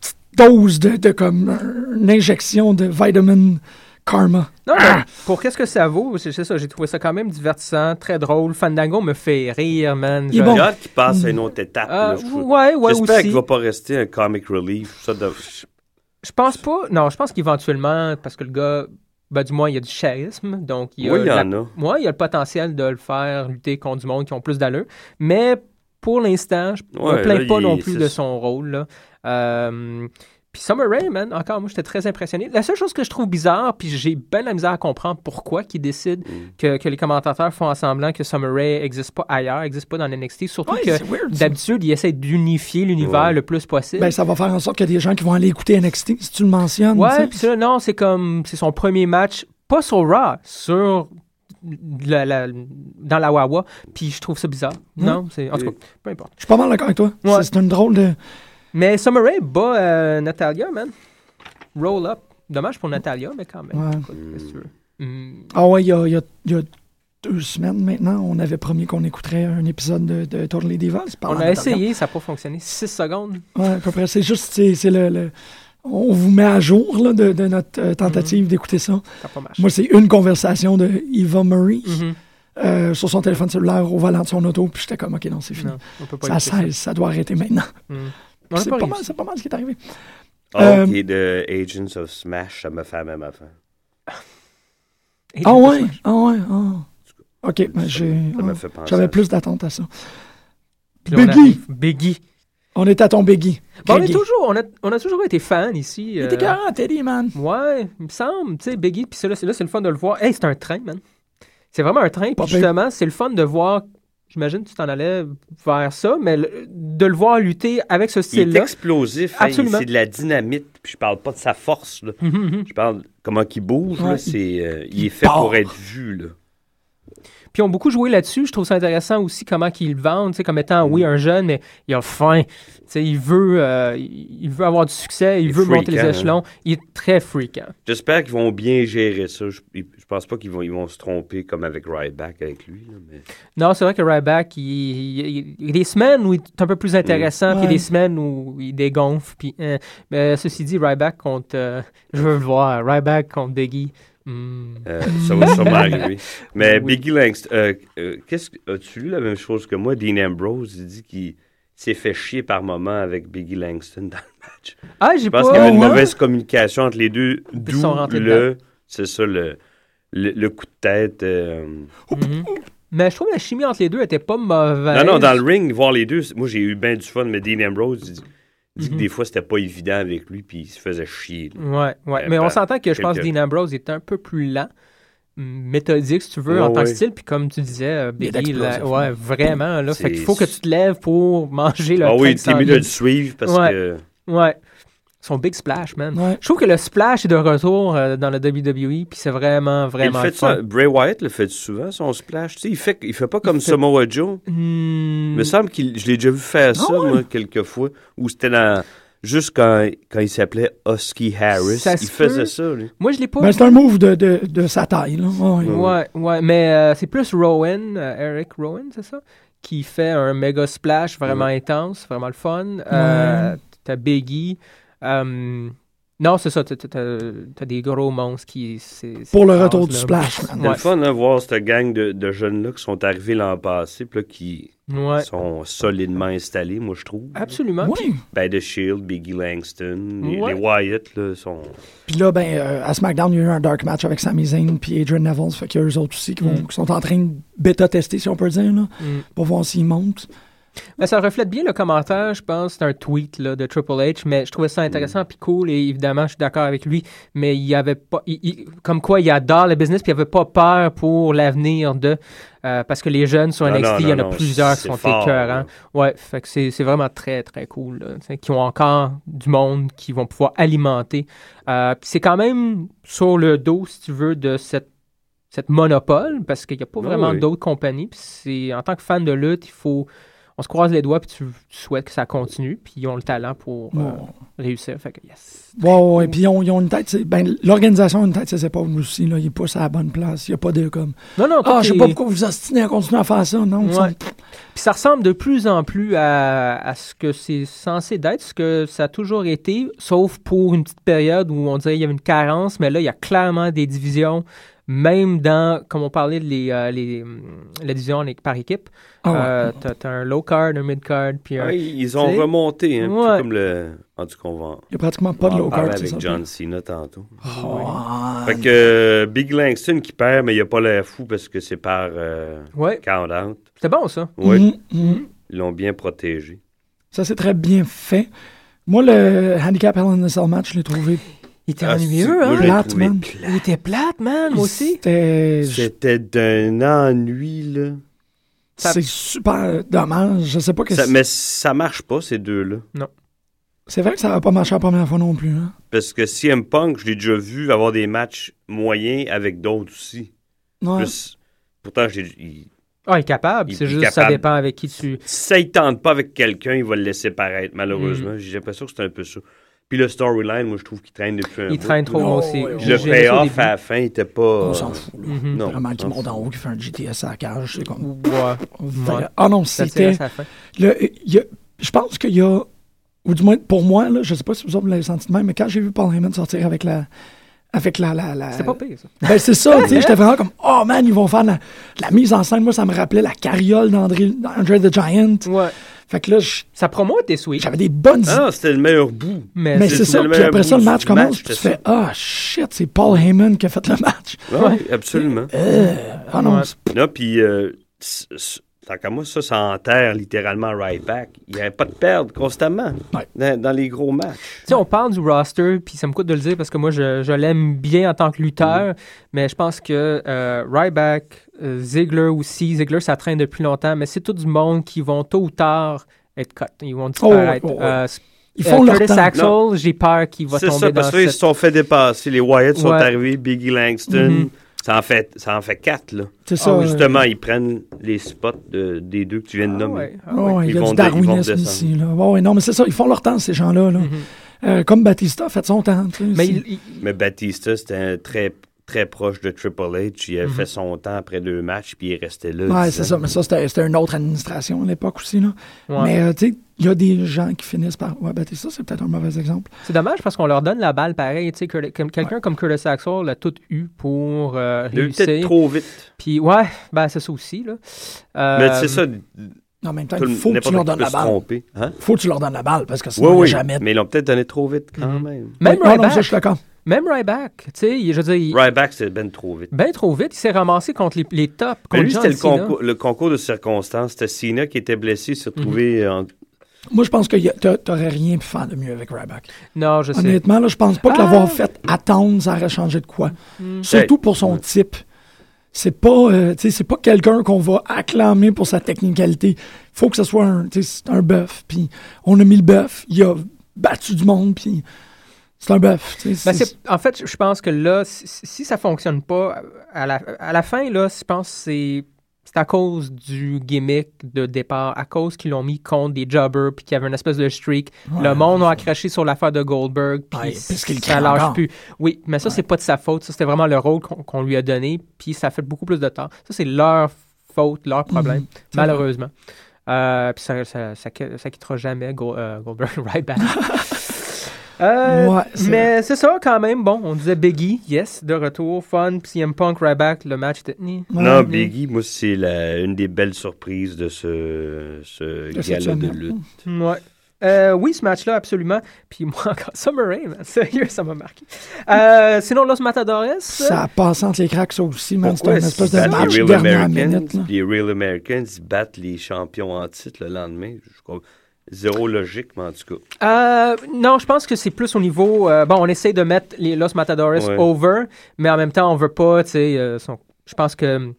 Speaker 4: Petite dose de, de comme euh, une injection de vitamin karma.
Speaker 5: Non, mais pour qu'est-ce que ça vaut, c'est c'est ça, j'ai trouvé ça quand même divertissant, très drôle. Fandango me fait rire, man.
Speaker 6: J'ai
Speaker 5: Je-
Speaker 6: hâte qu'il passe à une autre étape.
Speaker 5: Euh,
Speaker 6: là, je trouve.
Speaker 5: ouais, ouais,
Speaker 6: J'espère
Speaker 5: aussi.
Speaker 6: qu'il va pas rester un comic relief. Ça, de-
Speaker 5: Je pense pas. Non, je pense qu'éventuellement, parce que le gars, ben, du moins, il y a du charisme. Donc, il y a
Speaker 6: Oui, il y
Speaker 5: la-
Speaker 6: en
Speaker 4: Euh,
Speaker 6: a.
Speaker 5: Ouais, il y a le potentiel de le faire lutter contre du monde qui ont plus d'allure. Mais pour l'instant, je
Speaker 6: Ouais,
Speaker 5: me plains
Speaker 6: là,
Speaker 5: pas
Speaker 6: il-
Speaker 5: non plus
Speaker 6: c'est
Speaker 5: de
Speaker 6: ça.
Speaker 5: son rôle. là. Euh, Puis Summer Rae, man, encore, moi, j'étais très impressionné. La seule chose que je trouve bizarre, puis j'ai bien la misère à comprendre pourquoi qu'ils décident
Speaker 6: Mm.
Speaker 5: que, que les commentateurs font en semblant que Summer Rae n'existe pas ailleurs, n'existe pas dans NXT, surtout
Speaker 4: Ouais, c'est
Speaker 5: que
Speaker 4: weird, ça.
Speaker 5: d'habitude, ils essaient d'unifier l'univers
Speaker 4: Ouais.
Speaker 5: le plus possible.
Speaker 4: Ben, ça va faire en sorte qu'il y a des gens qui vont aller écouter NXT si tu le mentionnes. tu
Speaker 5: Ouais,
Speaker 4: sais.
Speaker 5: puis ça, non, c'est comme c'est son premier match, pas sur Raw, sur la- la- dans la Wawa. Puis je trouve ça bizarre.
Speaker 4: Ouais.
Speaker 5: Non, c'est en tout cas, peu importe.
Speaker 4: Je suis pas mal d'accord avec toi.
Speaker 5: Ouais.
Speaker 4: C'est- C'est une drôle de.
Speaker 5: Mais Summer Rae bat euh, Natalia, man. Roll up. Dommage pour Natalia, mais quand même.
Speaker 4: Ouais.
Speaker 5: Écoute, qu'est-ce que tu veux? Mm.
Speaker 4: Ah ouais, il y a, il y a- il y a deux semaines maintenant, on avait promis qu'on écouterait un épisode de, de Totally Divas.
Speaker 5: On a essayé, ça n'a pas fonctionné. 6 secondes.
Speaker 4: Ouais, à peu près. C'est juste, c'est c'est le, le- On vous met à jour là, de, de notre euh,
Speaker 5: Mm-hmm.
Speaker 4: tentative d'écouter ça.
Speaker 5: Ça a pas marché.
Speaker 4: Moi, c'est une conversation de Eva Murray
Speaker 5: Mhm.
Speaker 4: euh, sur son téléphone cellulaire au volant de son auto, puis j'étais comme, OK, non, c'est fini.
Speaker 5: Non, on peut pas
Speaker 4: ça
Speaker 5: écouter ça.
Speaker 4: cesse, ça. doit arrêter maintenant.
Speaker 5: Mm.
Speaker 4: Puis
Speaker 5: On a
Speaker 4: C'est
Speaker 5: pas
Speaker 4: pas, mal,
Speaker 5: réussi.
Speaker 4: c'est pas mal ce qui est arrivé.
Speaker 6: Oh,
Speaker 4: Euh,
Speaker 6: et de Agents of Smash, ça me fait la même affaire.
Speaker 4: Ah ouais, ah ouais, ah. OK, ben, j'ai-
Speaker 6: ça me
Speaker 4: ah,
Speaker 6: fait penser
Speaker 4: j'avais
Speaker 6: à
Speaker 4: plus d'attente à ça.
Speaker 5: Puis là, on
Speaker 4: Biggie!
Speaker 5: arrive. Biggie.
Speaker 4: On est à ton Biggie.
Speaker 5: Bon, on, a
Speaker 4: Craigie.
Speaker 5: toujours, on, a, on a toujours été fan ici.
Speaker 4: Il
Speaker 5: euh,
Speaker 4: était carré, Teddy, man.
Speaker 5: Ouais, il me semble, tu sais, Biggie, puis c'est là, c'est là, c'est le fun de le voir. Hey, c'est un train, man. C'est vraiment un train,
Speaker 4: Pas
Speaker 5: puis justement, c'est le fun de voir. J'imagine que tu t'en allais vers ça, mais le- de le voir lutter avec ce
Speaker 6: Il est
Speaker 5: style-là.
Speaker 6: explosif, hein, il-
Speaker 5: Absolument.
Speaker 6: c'est de la dynamite. Puis je parle pas de sa force. là.
Speaker 5: Mhm, mhm.
Speaker 6: Je parle comment il bouge. là,
Speaker 5: Ouais.
Speaker 6: c'est, euh, il est fait
Speaker 5: part.
Speaker 6: pour être vu. Là.
Speaker 5: Puis ils ont beaucoup joué là-dessus. Je trouve ça intéressant aussi comment qu'ils le vendent, tu sais, comme étant,
Speaker 6: Mm.
Speaker 5: oui, un jeune, mais il a faim. Tu sais, il veut, euh, il veut avoir du succès, il,
Speaker 6: est
Speaker 5: veut monter les
Speaker 6: freakant, hein.
Speaker 5: échelons. Il est très fréquent.
Speaker 6: J'espère qu'ils vont bien gérer ça. Je, je pense pas qu'ils vont, ils vont se tromper comme avec Ryback avec lui. là, mais-
Speaker 5: Non, c'est vrai que Ryback, il, il- il y a des semaines où il est un peu
Speaker 6: Mm.
Speaker 5: plus intéressant, puis il y a
Speaker 4: Ouais.
Speaker 5: des semaines où il dégonfle. Puis, hein. Mais ceci dit, Ryback contre. euh, je veux le voir. Ryback contre Biggie. Hmm.
Speaker 6: Euh, ça va sûrement
Speaker 5: [LAUGHS]
Speaker 6: arriver. Mais Biggie Langston, euh, euh, qu'est-ce que- as-tu lu la même chose que moi? Dean Ambrose, il dit qu'il s'est fait chier par moment avec Biggie Langston dans le match.
Speaker 5: Ah, j'ai
Speaker 6: Je pense
Speaker 5: pas-
Speaker 6: qu'il y avait une
Speaker 5: Ouais.
Speaker 6: mauvaise communication entre les deux,
Speaker 5: ils
Speaker 6: d'où
Speaker 5: sont rentrés
Speaker 6: le...
Speaker 5: dedans.
Speaker 6: C'est ça, le, le, le coup de tête. euh,
Speaker 5: Mhm. Mais je trouve que la chimie entre les deux était pas mauvaise.
Speaker 6: Non, non, dans le ring, voir les deux, moi, j'ai eu bien du fun, mais Dean Ambrose, il dit, il
Speaker 5: Mm-hmm.
Speaker 6: dit que des fois, c'était pas évident avec lui, puis il se faisait chier. là.
Speaker 5: Ouais, ouais.
Speaker 6: Euh,
Speaker 5: Mais on
Speaker 6: par-
Speaker 5: s'entend que je pense que
Speaker 6: quelques-
Speaker 5: Dean Ambrose est un peu plus lent. méthodique, si tu veux, en
Speaker 6: Ouais,
Speaker 5: tant que
Speaker 6: ouais.
Speaker 5: style. Puis comme tu disais, euh,
Speaker 6: Il est
Speaker 5: Billy, là,
Speaker 6: explosif.
Speaker 5: ouais, vraiment. Là,
Speaker 6: C'est-
Speaker 5: fait qu'il faut que tu te lèves pour manger le
Speaker 6: Ah oui,
Speaker 5: train qui
Speaker 6: t'es
Speaker 5: s'en
Speaker 6: mieux de
Speaker 5: vient.
Speaker 6: le suivre parce
Speaker 5: Ouais.
Speaker 6: que-
Speaker 5: Ouais. Son big splash, man. Je trouve que le splash est de retour euh, dans le WWE, puis c'est vraiment, vraiment
Speaker 6: il
Speaker 5: le
Speaker 6: fait
Speaker 5: fun.
Speaker 6: ça, Bray Wyatt le fait souvent, son splash. Tu sais, il fait, il fait pas comme
Speaker 5: Il fait-
Speaker 6: Samoa Joe.
Speaker 5: Hmm.
Speaker 6: Il me semble que je l'ai déjà vu
Speaker 5: Ah
Speaker 6: faire ça, moi, quelques fois. Ou c'était dans- juste quand, quand il s'appelait Husky Harris.
Speaker 5: Ça
Speaker 6: il
Speaker 5: se
Speaker 6: faisait
Speaker 5: peut.
Speaker 6: ça, lui.
Speaker 5: Moi, je l'ai pas.
Speaker 4: Ben, c'est un move de, de, de sa taille. Là. Ouais.
Speaker 5: Ouais, ouais, mais euh, c'est plus Rowan, euh, Eric Rowan, c'est ça, qui fait un méga splash vraiment intense, vraiment le fun. Euh,
Speaker 4: Ouais.
Speaker 5: T'as Biggie. euh, non, c'est ça, t'as- t'as t'as des gros monstres qui. c'est-
Speaker 4: Pour
Speaker 5: c'est
Speaker 4: le retour
Speaker 5: intense,
Speaker 4: du
Speaker 5: là.
Speaker 4: splash, man.
Speaker 6: C'était
Speaker 5: Ouais.
Speaker 6: le fun, hein, voir cette gang de, de jeunes-là qui sont arrivés l'an passé, puis là, qui
Speaker 5: Ouais.
Speaker 6: sont solidement installés, moi, je trouve.
Speaker 5: Absolument.
Speaker 4: Oui.
Speaker 6: Ben, The Shield, Biggie Langston, les,
Speaker 5: Ouais.
Speaker 6: les Wyatt, là, sont...
Speaker 4: Puis là, ben, euh, à SmackDown, il y a eu un dark match avec Sami Zayn puis Adrian Neville. Fait qu'il y a eux autres aussi qui, vont-
Speaker 5: Mm.
Speaker 4: qui sont en train de bêta-tester, si on peut dire, là,
Speaker 5: Mm.
Speaker 4: pour voir s'ils montent.
Speaker 5: Ben, ça reflète bien le commentaire, je pense. C'est un tweet là, de Triple H, mais je trouvais
Speaker 6: Mm.
Speaker 5: ça intéressant puis cool. Et évidemment, je suis d'accord avec lui. Mais il y avait pas, il- il- comme quoi, il adore le business puis il avait pas peur pour l'avenir de. euh, parce que les jeunes sur
Speaker 6: Non,
Speaker 5: NXT,
Speaker 6: non,
Speaker 5: il y en a
Speaker 6: non, non,
Speaker 5: plusieurs qui
Speaker 6: c'est
Speaker 5: sont
Speaker 6: fort,
Speaker 5: écœurants.
Speaker 6: là.
Speaker 5: Ouais, fait que c'est c'est vraiment très, très cool. là, tu sais, qui ont encore du monde qui vont pouvoir alimenter. Euh, puis c'est quand même sur le dos, si tu veux, de cette cette monopole parce qu'il n'y a pas
Speaker 4: Ah
Speaker 6: Oui,
Speaker 5: vraiment
Speaker 6: oui.
Speaker 5: d'autres compagnies. Puis c'est en tant que fan de lutte, il faut on se croise les doigts puis tu, tu souhaites que ça continue puis ils ont le talent pour euh,
Speaker 4: Ouais.
Speaker 5: réussir. Fait que yes.
Speaker 4: Ouais, ouais, ouais. Puis ils ont, ils ont une tête. c'est- Ben, l'organisation a une tête, ses épaules aussi. Là. Ils poussent à la bonne place. Il n'y a pas de comme.
Speaker 5: Non non, toi,
Speaker 4: Ah, je sais
Speaker 5: t'es-
Speaker 4: pas pourquoi vous ostinez à continuer à faire ça. Non,
Speaker 5: Ouais. Puis ça ressemble de plus en plus à, à ce que c'est censé d'être, ce que ça a toujours été, sauf pour une petite période où on dirait qu'il y avait une carence, mais là, il y a clairement des divisions, même dans, comme on parlait, de les, euh, les, hum, la division en é- par équipe.
Speaker 6: Ah ouais.
Speaker 5: Euh, t'as- T'as un low card, un mid card, puis un.
Speaker 6: Ouais, ils ont
Speaker 5: tu sais.
Speaker 6: remonté, hein, un peu
Speaker 5: Ouais.
Speaker 6: comme le... En tout cas, on va...
Speaker 4: Il y a pratiquement pas de
Speaker 5: ah,
Speaker 6: on va
Speaker 4: low
Speaker 6: en parler
Speaker 4: card, c'est
Speaker 6: avec
Speaker 4: ça.
Speaker 6: John Cena tantôt.
Speaker 4: Ah,
Speaker 6: Fait que euh, Big Langston qui perd, mais il a pas l'air fou parce que c'est par euh,
Speaker 5: Ouais.
Speaker 6: count-out.
Speaker 5: C'était bon, ça.
Speaker 6: Oui.
Speaker 4: Mhm, mhm.
Speaker 6: Ils l'ont bien protégé.
Speaker 4: Ça, c'est très bien fait. Moi, le handicap Hell in a Cell match, je l'ai trouvé.
Speaker 5: Il était
Speaker 6: Ah, ennuyeux, c'est- hein? moi, je l'ai
Speaker 4: Plate,
Speaker 6: trouvé
Speaker 4: man.
Speaker 5: Il était plate, man, moi aussi.
Speaker 4: C'était.
Speaker 6: C'était d'un ennui, là.
Speaker 4: C'est super dommage. Je sais pas que
Speaker 6: Ça-
Speaker 4: c'est-
Speaker 6: mais ça marche pas, ces deux-là.
Speaker 4: C'est vrai que ça va pas marché la première fois non plus. Hein?
Speaker 6: Parce que CM Punk, je l'ai déjà vu avoir des matchs moyens avec d'autres aussi.
Speaker 4: Ouais.
Speaker 6: Plus- pourtant, je l'ai- il-
Speaker 5: Ah, il est capable.
Speaker 6: Il-
Speaker 5: C'est
Speaker 6: il est
Speaker 5: juste, ça
Speaker 6: capable.
Speaker 5: dépend avec qui tu.
Speaker 6: si ça ne tente pas avec quelqu'un, il va le laisser paraître, malheureusement.
Speaker 5: Mm.
Speaker 6: J'ai l'impression que c'est un peu ça. Puis le storyline, moi, je trouve qu'il traîne depuis un
Speaker 5: Il
Speaker 6: bout.
Speaker 5: traîne trop, moi aussi.
Speaker 6: Puis
Speaker 5: J'ai-
Speaker 6: Le
Speaker 5: j'ai aimé ça au
Speaker 6: payoff
Speaker 5: début.
Speaker 6: à la fin, il était pas... Mm-hmm.
Speaker 4: On s'en fout. Là.
Speaker 5: Mhm.
Speaker 6: Non,
Speaker 4: Vraiment, qui
Speaker 6: on s'en
Speaker 4: monte en haut, qui fait un GTS à la cage. C'est comme.
Speaker 5: Ouais.
Speaker 4: Fait-
Speaker 5: Ouais.
Speaker 4: Ah non,
Speaker 5: Ça
Speaker 4: c'était.
Speaker 5: tirait sa fin.
Speaker 4: le- il y a- Je pense qu'il y a. Ou du moins, pour moi, là, je sais pas si vous autres l'avez senti de même, mais quand j'ai vu Paul Heyman sortir avec la. Avec la. la, la-
Speaker 5: C'était pas pire, ça.
Speaker 4: Ben, c'est ça,
Speaker 5: [LAUGHS]
Speaker 4: tu sais. J'étais vraiment comme, oh man, ils vont faire de la, de la mise en scène. Moi, ça me rappelait la carriole d'André André the Giant.
Speaker 5: Ouais.
Speaker 4: Fait que là, je-
Speaker 5: Sa promo était sweet.
Speaker 4: j'avais des bonnes
Speaker 6: Ah, non, c'était le meilleur bout.
Speaker 5: Mais
Speaker 4: Mais c'est ça,
Speaker 6: le
Speaker 4: puis
Speaker 6: meilleur
Speaker 4: après ça, le
Speaker 6: bout du
Speaker 4: match commence, puis tu
Speaker 6: c'était
Speaker 4: fais Ah shit, c'est Paul Heyman qui a fait le match.
Speaker 6: ça. Ouais, absolument.
Speaker 4: Ah non,
Speaker 5: Ouais.
Speaker 4: c'est-
Speaker 6: Là, puis, euh, c- c- tant qu'à moi, ça, ça enterre littéralement right back. Il n'y avait pas de perdre constamment
Speaker 4: Ouais.
Speaker 6: dans, dans les gros matchs.
Speaker 5: Tu sais, on parle du roster, puis ça me coûte de le dire parce que moi, je, je l'aime bien en tant que
Speaker 4: Mm-hmm.
Speaker 5: lutteur, mais je pense que euh, Ryback, euh, Ziggler aussi, Ziggler, ça traîne depuis longtemps, mais c'est tout du monde qui vont tôt ou tard être cut. Ils vont disparaître.
Speaker 4: Oh, ouais, ouais, ouais.
Speaker 5: Euh,
Speaker 4: ils
Speaker 5: euh,
Speaker 4: font leur
Speaker 5: Curtis
Speaker 4: temps.
Speaker 5: Axel, j'ai peur qu'il va
Speaker 6: C'est
Speaker 5: tomber
Speaker 6: ça,
Speaker 5: dans
Speaker 6: parce qu'ils se
Speaker 5: cette-
Speaker 6: sont fait dépasser. Les Wyatt sont
Speaker 5: Ouais.
Speaker 6: arrivés, Biggie Langston.
Speaker 5: Mhm.
Speaker 6: ça, en fait, ça en fait quatre, là. Ah,
Speaker 4: C'est Mm-hmm. ça. euh,
Speaker 6: Justement, ils prennent les spots de- des deux que tu viens de
Speaker 5: Ah
Speaker 6: nommer.
Speaker 5: ouais, ah
Speaker 4: ouais,
Speaker 5: ouais.
Speaker 4: il y
Speaker 6: Ils
Speaker 4: a
Speaker 6: vont
Speaker 4: du
Speaker 6: de- ils vont
Speaker 4: darwinisme
Speaker 6: descendre.
Speaker 4: ici. Là. Ouais, ouais, non, mais c'est ça, ils font leur temps, ces gens-là. là.
Speaker 5: Mhm.
Speaker 4: Euh, comme Batista a fait son temps. tu sais,
Speaker 5: Mais
Speaker 4: c'est-
Speaker 5: il- il-
Speaker 6: Mm-hmm. Mais Batista, c'était un très, très proche de Triple H. Il a
Speaker 5: Mhm.
Speaker 6: fait son temps après deux matchs, puis il est resté là.
Speaker 4: Mm-hmm. Ouais,
Speaker 6: dix
Speaker 4: c'est
Speaker 6: ans.
Speaker 4: ça, mais ça, c'était c'était une autre administration à l'époque aussi. Là.
Speaker 5: Ouais.
Speaker 4: Mais euh, tu sais, il y a des gens qui finissent par. Ouais, Batista, c'est peut-être un mauvais exemple.
Speaker 5: C'est dommage parce qu'on leur donne la balle pareil. tu sais, Curtis- comme Quelqu'un comme Curtis Axel l'a tout eu pour euh,
Speaker 6: Il a eu peut-être
Speaker 5: réussir.
Speaker 6: trop vite.
Speaker 5: Puis, ouais, ben, c'est ça aussi. Là. Euh,
Speaker 6: Mais c'est ça,
Speaker 4: En même temps,
Speaker 6: tout
Speaker 4: ben, il
Speaker 6: le-
Speaker 4: faut que tu
Speaker 6: n'importe
Speaker 4: leur
Speaker 6: qui
Speaker 4: donnes
Speaker 6: peut
Speaker 4: la
Speaker 6: se
Speaker 4: balle.
Speaker 6: tromper. Hein?
Speaker 4: faut que tu leur donnes la balle parce que
Speaker 6: Oui,
Speaker 4: sinon, il y a
Speaker 6: oui,
Speaker 4: jamais. Mm-hmm.
Speaker 6: mais ils l'ont peut-être donné trop vite quand
Speaker 5: Mhm.
Speaker 6: même.
Speaker 5: Même
Speaker 4: Ouais, non,
Speaker 5: Ryback,
Speaker 4: ça, je suis d'accord.
Speaker 5: même Ryback, tu sais, il- je veux dire, il-
Speaker 6: Ryback, c'est ben trop vite.
Speaker 5: ben trop vite, il s'est ramassé contre les, les tops.
Speaker 6: Mais
Speaker 5: Contre
Speaker 6: Ben, lui,
Speaker 5: John
Speaker 6: c'était le,
Speaker 5: Cena.
Speaker 6: concours- le concours de circonstances. C'était Cena qui était blessé, il s'est
Speaker 4: Mm-hmm.
Speaker 6: retrouvé euh, en-
Speaker 4: Moi, je pense que y a- t'a- t'aurais rien pu faire de mieux avec Ryback.
Speaker 5: Non,
Speaker 4: Ah,
Speaker 5: je sais.
Speaker 4: Honnêtement, là, je pense pas que
Speaker 5: Ah! Hmm.
Speaker 4: l'avoir fait attendre, ça aurait changé de quoi. Surtout pour son type. c'est pas, euh, tu sais, c'est pas quelqu'un qu'on va acclamer pour sa technicalité. faut que ce soit un, tu sais, c'est un bœuf. Puis on a mis le bœuf, il a battu du monde, puis c'est un bœuf. tu sais,
Speaker 5: Ben,
Speaker 4: c'est-
Speaker 5: c'est- en fait, je pense que là, si, si ça fonctionne pas, à la, à la fin, là, je pense que c'est c'est à cause du gimmick de départ, à cause qu'ils l'ont mis contre des jobbers, puis qu'il y avait une espèce de streak.
Speaker 4: Ouais,
Speaker 5: le monde a accroché sur l'affaire de Goldberg, puis
Speaker 4: Ouais, parce qu'il
Speaker 5: ça
Speaker 4: crie
Speaker 5: lâche
Speaker 4: encore.
Speaker 5: plus. Oui, mais ça, c'est pas de sa faute. Ça, c'était vraiment le rôle qu'on qu'on lui a donné, puis ça fait beaucoup plus de temps. Ça, c'est leur faute, leur problème,
Speaker 4: Mhm, c'est vrai.
Speaker 5: malheureusement. Euh, puis ça, ça, ça, ça quittera jamais Go- euh, Goldberg [LAUGHS] right back. Euh,
Speaker 4: Ouais, c'est
Speaker 5: mais c'est ça quand même. Bon, on disait Biggie, yes, de retour, fun, puis CM Punk right back, le match était. Ni,
Speaker 6: Non,
Speaker 5: ni.
Speaker 6: Biggie, moi, c'est la- une des belles surprises de ce, ce
Speaker 5: De cette
Speaker 6: gala de
Speaker 5: semaine.
Speaker 6: lutte.
Speaker 5: Ouais. Euh, oui, ce match-là, absolument. Puis moi, encore, [LAUGHS] Summer Rae, man, sérieux, ça m'a marqué. Euh, sinon, Los Matadores.
Speaker 4: Ça passe entre les cracks, ça aussi, man. C'est
Speaker 6: Ouais,
Speaker 4: un espèce
Speaker 6: ils
Speaker 4: de
Speaker 6: battent
Speaker 4: match
Speaker 6: les Real
Speaker 4: dernière
Speaker 6: Americans,
Speaker 4: minute. là.
Speaker 6: puis Les Real Americans ils battent les champions en titre le lendemain. Je crois- Zéro logique, mais en tout cas.
Speaker 5: Euh, non, je pense que c'est plus au niveau. euh, bon, on essaie de mettre les Los Matadores
Speaker 6: Ouais.
Speaker 5: over, mais en même temps, on veut pas. Tu sais, euh, sont- je pense que hum,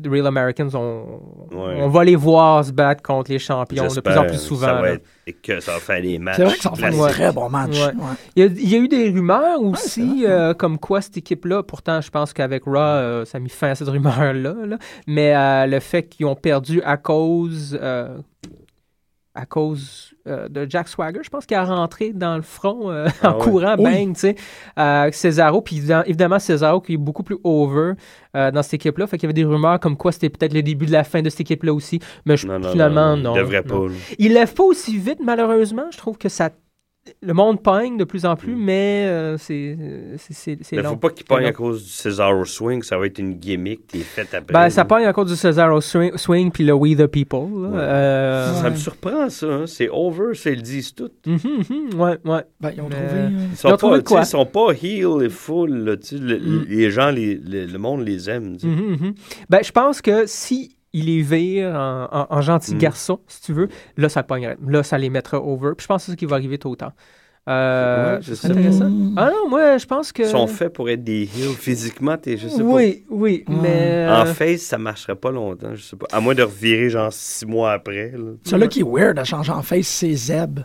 Speaker 5: The Real Americans, on,
Speaker 6: Ouais.
Speaker 5: on va les voir se battre contre les champions de plus en
Speaker 6: J'espère
Speaker 5: plus
Speaker 6: que
Speaker 5: souvent.
Speaker 6: Ça
Speaker 5: là.
Speaker 6: va être, et que ça va faire des matchs.
Speaker 4: C'est vrai que ça va faire des
Speaker 6: classiques.
Speaker 4: très bons matchs.
Speaker 5: Ouais.
Speaker 4: ouais.
Speaker 5: Il, y a, il y a eu des
Speaker 6: Ah,
Speaker 5: rumeurs aussi, euh, comme quoi cette équipe-là, pourtant je pense qu'avec Raw, euh, ça a mis fin à cette rumeur-là, là. mais euh, le fait qu'ils ont perdu à cause, euh, à cause euh, de Jack Swagger, je pense qu'il a rentré dans le front euh,
Speaker 6: Ah
Speaker 5: en
Speaker 6: ouais.
Speaker 5: courant,
Speaker 6: Oui.
Speaker 5: bang, tu sais, euh, Cesaro, puis évidem- évidemment Cesaro qui est beaucoup plus over euh, dans cette équipe-là, fait qu'il y avait des rumeurs comme quoi c'était peut-être le début de la fin de cette équipe-là aussi, mais je-
Speaker 6: Non, non,
Speaker 5: finalement
Speaker 6: non,
Speaker 5: non.
Speaker 6: il devrait
Speaker 5: non.
Speaker 6: pas, là.
Speaker 5: Il lève pas aussi vite, malheureusement. Je trouve que ça. Le monde pogne de plus en plus, mais euh, c'est c'est- c'est- c'est
Speaker 6: Mm. Mais
Speaker 5: long.
Speaker 6: faut pas qu'il
Speaker 5: C'est
Speaker 6: pogne
Speaker 5: long.
Speaker 6: à cause du Cesaro Swing, ça va être une gimmick, t'es faite après.
Speaker 5: Ben,
Speaker 6: là.
Speaker 5: ça pogne à cause du Cesaro Swing, swing puis le We the People. là. Euh,
Speaker 6: Ça me surprend, ça. hein. C'est over, ça, ils le disent tout.
Speaker 5: Mhm, mhm, ouais, ouais.
Speaker 4: ils ont trouvé,
Speaker 5: Mais-
Speaker 4: euh,
Speaker 6: Ils
Speaker 5: Ils
Speaker 6: sont
Speaker 5: ont trouvé
Speaker 6: pas,
Speaker 5: de
Speaker 6: tu sais,
Speaker 5: quoi?
Speaker 6: ils sont pas heel et full. là, tu sais, le-
Speaker 5: Mm.
Speaker 6: Les gens, les- le le monde les aime. tu sais.
Speaker 5: Mhm, mhm. Ben, je pense que si il est vire en, en- en gentil
Speaker 6: Mm.
Speaker 5: garçon, si tu veux, là, ça pognerait. Là, ça les mettrait over. Puis je pense que c'est ce qui va arriver tôt ou tard. Euh,
Speaker 6: Ouais, je
Speaker 5: c'est
Speaker 6: sais pas.
Speaker 5: intéressant. Ah non, moi, je pense que.
Speaker 6: Ils sont faits pour être des heels physiquement, t'es, je sais
Speaker 5: Euh. Oui, oui, mais. euh,
Speaker 6: pas. En face, ça marcherait pas longtemps, je sais pas. À moins de revirer genre six mois après. là.
Speaker 4: Celui-là qui est weird à changer en face, c'est Zeb.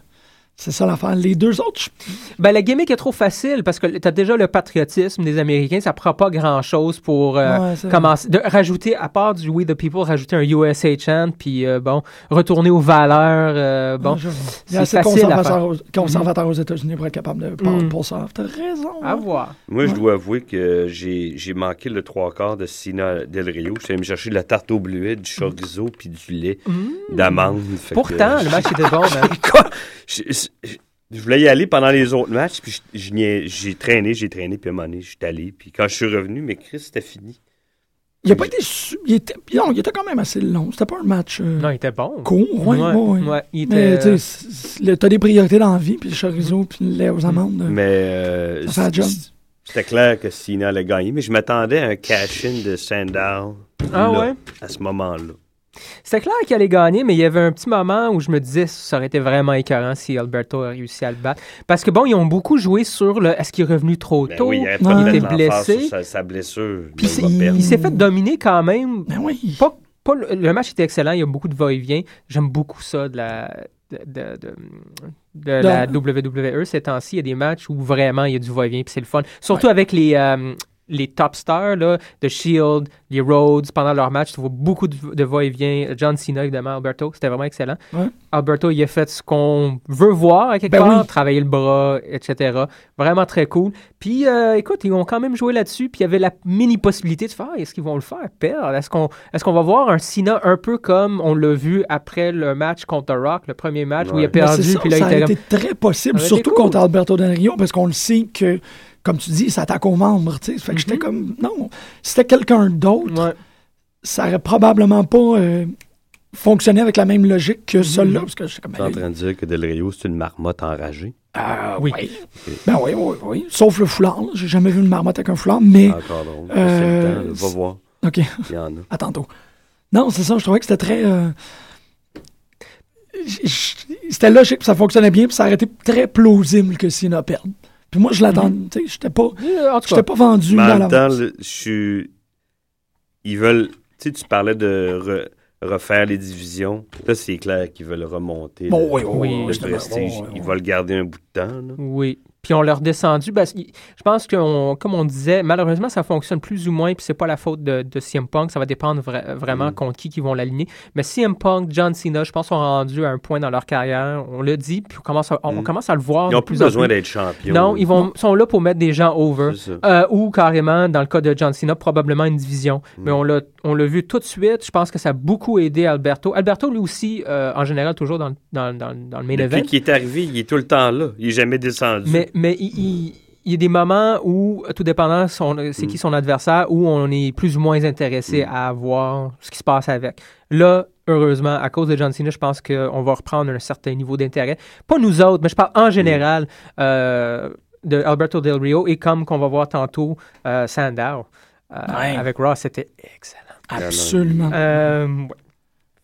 Speaker 4: C'est ça l'affaire. Les deux autres, je-
Speaker 5: Ben, la gimmick est trop facile parce que tu as déjà le patriotisme des Américains. Ça prend pas grand-chose pour euh,
Speaker 4: Ouais, c'est vrai.
Speaker 5: commencer. De, rajouter, à part du We the People, rajouter un USA chant, puis euh, bon, retourner aux valeurs. euh, bon,
Speaker 4: Ah, je- il y a assez
Speaker 5: c'est
Speaker 4: de
Speaker 5: facile à faire. Mm-hmm.
Speaker 4: conservateurs, aux- conservateurs aux États-Unis pour être capable de
Speaker 5: Mhm.
Speaker 4: parler pour ça. T'as raison.
Speaker 5: À voir.
Speaker 6: Moi, je dois avouer que j'ai j'ai manqué le trois quarts de Sina Del Rio. Je suis allé me chercher de la tarte au bleuet, du chorizo, puis du lait d'amande. Fait que-
Speaker 5: Mm. Pourtant, le match était bon, man.
Speaker 6: Quoi? Je, je- je voulais y aller pendant les autres matchs, puis je- je n'y ai- j'ai traîné, j'ai traîné, puis à un moment donné, je suis allé. Puis quand je suis revenu, mais Chris, c'était fini.
Speaker 4: Il a pas été. su- Il était, non, il était quand même assez long. C'était pas un match euh,
Speaker 5: [LAUGHS] Non, il était bon.
Speaker 4: court. Ouais, ouais, ouais.
Speaker 5: ouais, il
Speaker 4: Mais
Speaker 5: était- euh, Mm.
Speaker 4: tu sais, c'est- c'est- le- t'as des priorités dans la vie, puis le chorizo, puis le lait aux amandes. euh,
Speaker 6: Mais euh,
Speaker 4: Ça fait la job.
Speaker 6: c- c'était clair que Sina allait gagner, mais je m'attendais à un cash-in de Sandow
Speaker 5: Ah
Speaker 6: là,
Speaker 5: ouais?
Speaker 6: à ce moment-là.
Speaker 5: C'était clair qu'il allait gagner, mais il y avait un petit moment où je me disais ça aurait été vraiment écœurant si Alberto avait réussi à le battre. Parce que bon, ils ont beaucoup joué sur le est-ce qu'il est revenu trop
Speaker 6: Ben
Speaker 5: tôt,
Speaker 6: oui, il aurait pas
Speaker 5: il
Speaker 6: de
Speaker 5: était
Speaker 6: mettre l'emphase
Speaker 5: blessé.
Speaker 6: sur sa, sa blessure.
Speaker 5: Puis
Speaker 6: il
Speaker 5: c'est-
Speaker 6: va perdre.
Speaker 5: il s'est fait dominer quand même.
Speaker 4: oui.
Speaker 5: Pas, pas le, le match était excellent, il y a beaucoup de va-et-vient. J'aime beaucoup ça de la, de, de- de- de la WWE ces temps-ci. Il y a des matchs où vraiment il y a du va-et-vient, puis c'est le fun. Surtout avec les, euh, les top stars, là, The Shield, les Rhodes, pendant leur match, tu vois beaucoup de, de va-et-vient. John Cena, évidemment, Alberto, c'était vraiment excellent.
Speaker 4: Ouais.
Speaker 5: Alberto, il a fait ce qu'on veut voir à quelque
Speaker 4: Ben
Speaker 5: part,
Speaker 4: oui.
Speaker 5: travailler le bras, etc. Vraiment très cool. Puis, euh, écoute, ils ont quand même joué là-dessus, puis il y avait la mini possibilité de faire, Ah, est-ce qu'ils vont le faire perdre? Est-ce qu'on est qu'on va voir un Cena un peu comme on l'a vu après le match contre The Rock, le premier match où il a
Speaker 6: Ouais.
Speaker 4: Mais
Speaker 5: perdu,
Speaker 4: c'est ça,
Speaker 5: puis là,
Speaker 4: ça
Speaker 5: il
Speaker 4: a
Speaker 5: était
Speaker 4: été
Speaker 5: comme...
Speaker 4: très possible,
Speaker 5: Ça aurait été
Speaker 4: surtout
Speaker 5: cool.
Speaker 4: contre Alberto Del Rio, parce qu'on le sait que, comme tu dis, ça attaque aux membres. tu sais. Fait que j'étais comme, non, c'était quelqu'un d'autre,
Speaker 5: Mm-hmm. Ouais.
Speaker 4: ça aurait probablement pas euh, fonctionné avec la même logique
Speaker 5: Mm-hmm.
Speaker 4: que celle-là, parce que j'étais comme,
Speaker 6: T'es en train de dire que Del Rio, c'est une marmotte enragée?
Speaker 4: Ah,
Speaker 5: Oui.
Speaker 4: ouais. Ben oui, oui, oui. Sauf le foulard. là. J'ai jamais vu une marmotte avec un foulard, mais.
Speaker 6: Encore drôle.
Speaker 4: Euh,
Speaker 6: c'est le temps, là. va
Speaker 4: c'est-
Speaker 6: voir.
Speaker 4: OK.
Speaker 6: Il y en a.
Speaker 4: À tantôt. Non, c'est ça. Je trouvais que c'était très. euh, j- j- C'était logique, puis ça fonctionnait bien, puis ça aurait été très plausible que Cena perde. Puis moi, je l'attendais. Tu sais, j'étais pas.
Speaker 5: Euh, en tout
Speaker 4: J'étais
Speaker 5: cas,
Speaker 4: pas vendu
Speaker 6: Mais en
Speaker 4: dans
Speaker 6: même
Speaker 4: la.
Speaker 6: temps, le- je suis. ils veulent. Tu sais, tu parlais de re- refaire les divisions. Là, c'est clair qu'ils veulent remonter.
Speaker 5: Bon, oui,
Speaker 6: le-
Speaker 5: oui,
Speaker 6: le
Speaker 5: justement.
Speaker 6: prestige.
Speaker 5: Bon, oui,
Speaker 6: Ils veulent garder un bout de temps. là.
Speaker 5: Oui. Puis on leur descendu. Ben, c- je pense que, comme on disait, malheureusement, ça fonctionne plus ou moins. Puis c'est pas la faute de, de CM Punk. Ça va dépendre vra- vraiment
Speaker 4: Mm.
Speaker 5: contre qui ils vont l'aligner. Mais CM Punk, John Cena, je pense, sont rendus à un point dans leur carrière. On le dit. Puis on commence à, on
Speaker 6: Mm.
Speaker 5: commence à le voir.
Speaker 6: Ils
Speaker 5: de
Speaker 6: n'ont plus
Speaker 5: en
Speaker 6: besoin d'être champions.
Speaker 5: Non, ils vont, sont là pour mettre des gens over.
Speaker 6: C'est ça.
Speaker 5: Euh, ou carrément, dans le cas de John Cena, probablement une division.
Speaker 6: Mm.
Speaker 5: Mais on l'a, on l'a vu tout de suite. Je pense que ça a beaucoup aidé Alberto. Alberto, lui aussi, euh, en général, toujours dans, dans, dans, dans le main event.
Speaker 6: Depuis qu'il est arrivé, il est tout le temps là. Il n'est jamais descendu.
Speaker 5: Mais, mais il, il- il y a des moments où, tout dépendant son- c'est qui son adversaire, où on est plus ou moins intéressé à voir ce qui se passe avec. Là, heureusement, à cause de John Cena, je pense qu'on va reprendre un certain niveau d'intérêt. Pas nous autres, mais je parle en général euh, de Alberto Del Rio et comme qu'on va voir tantôt, euh, Sandow euh,
Speaker 4: Ouais.
Speaker 5: avec Ross, c'était excellent.
Speaker 4: Absolument. Oh,
Speaker 5: Euh, ouais.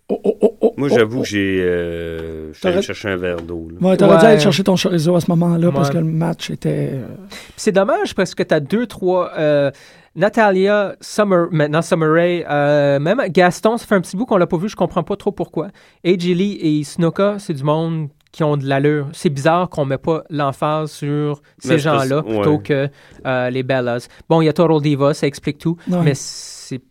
Speaker 5: oh,
Speaker 6: Moi, j'avoue que j'ai. euh, je suis allé chercher un verre d'eau. là.
Speaker 4: Ouais, t'aurais dû
Speaker 5: Ouais.
Speaker 4: aller chercher ton chorizo à ce moment-là parce
Speaker 5: Ouais.
Speaker 4: que le match était. euh,
Speaker 5: Puis C'est dommage parce que tu as deux, trois. euh, Natalia, Summer, maintenant Summer Rae, euh, même Gaston, ça fait un petit bout qu'on l'a pas vu, je comprends pas trop pourquoi. AJ Lee et Snuka, c'est du monde qui ont de l'allure. C'est bizarre qu'on met pas l'emphase sur
Speaker 6: Mais
Speaker 5: ces
Speaker 6: c'est parce-
Speaker 5: gens-là plutôt
Speaker 6: ouais.
Speaker 5: que euh, les Bellas. Bon, il y a Total Diva, ça explique tout,
Speaker 4: Ouais.
Speaker 5: mais c'est.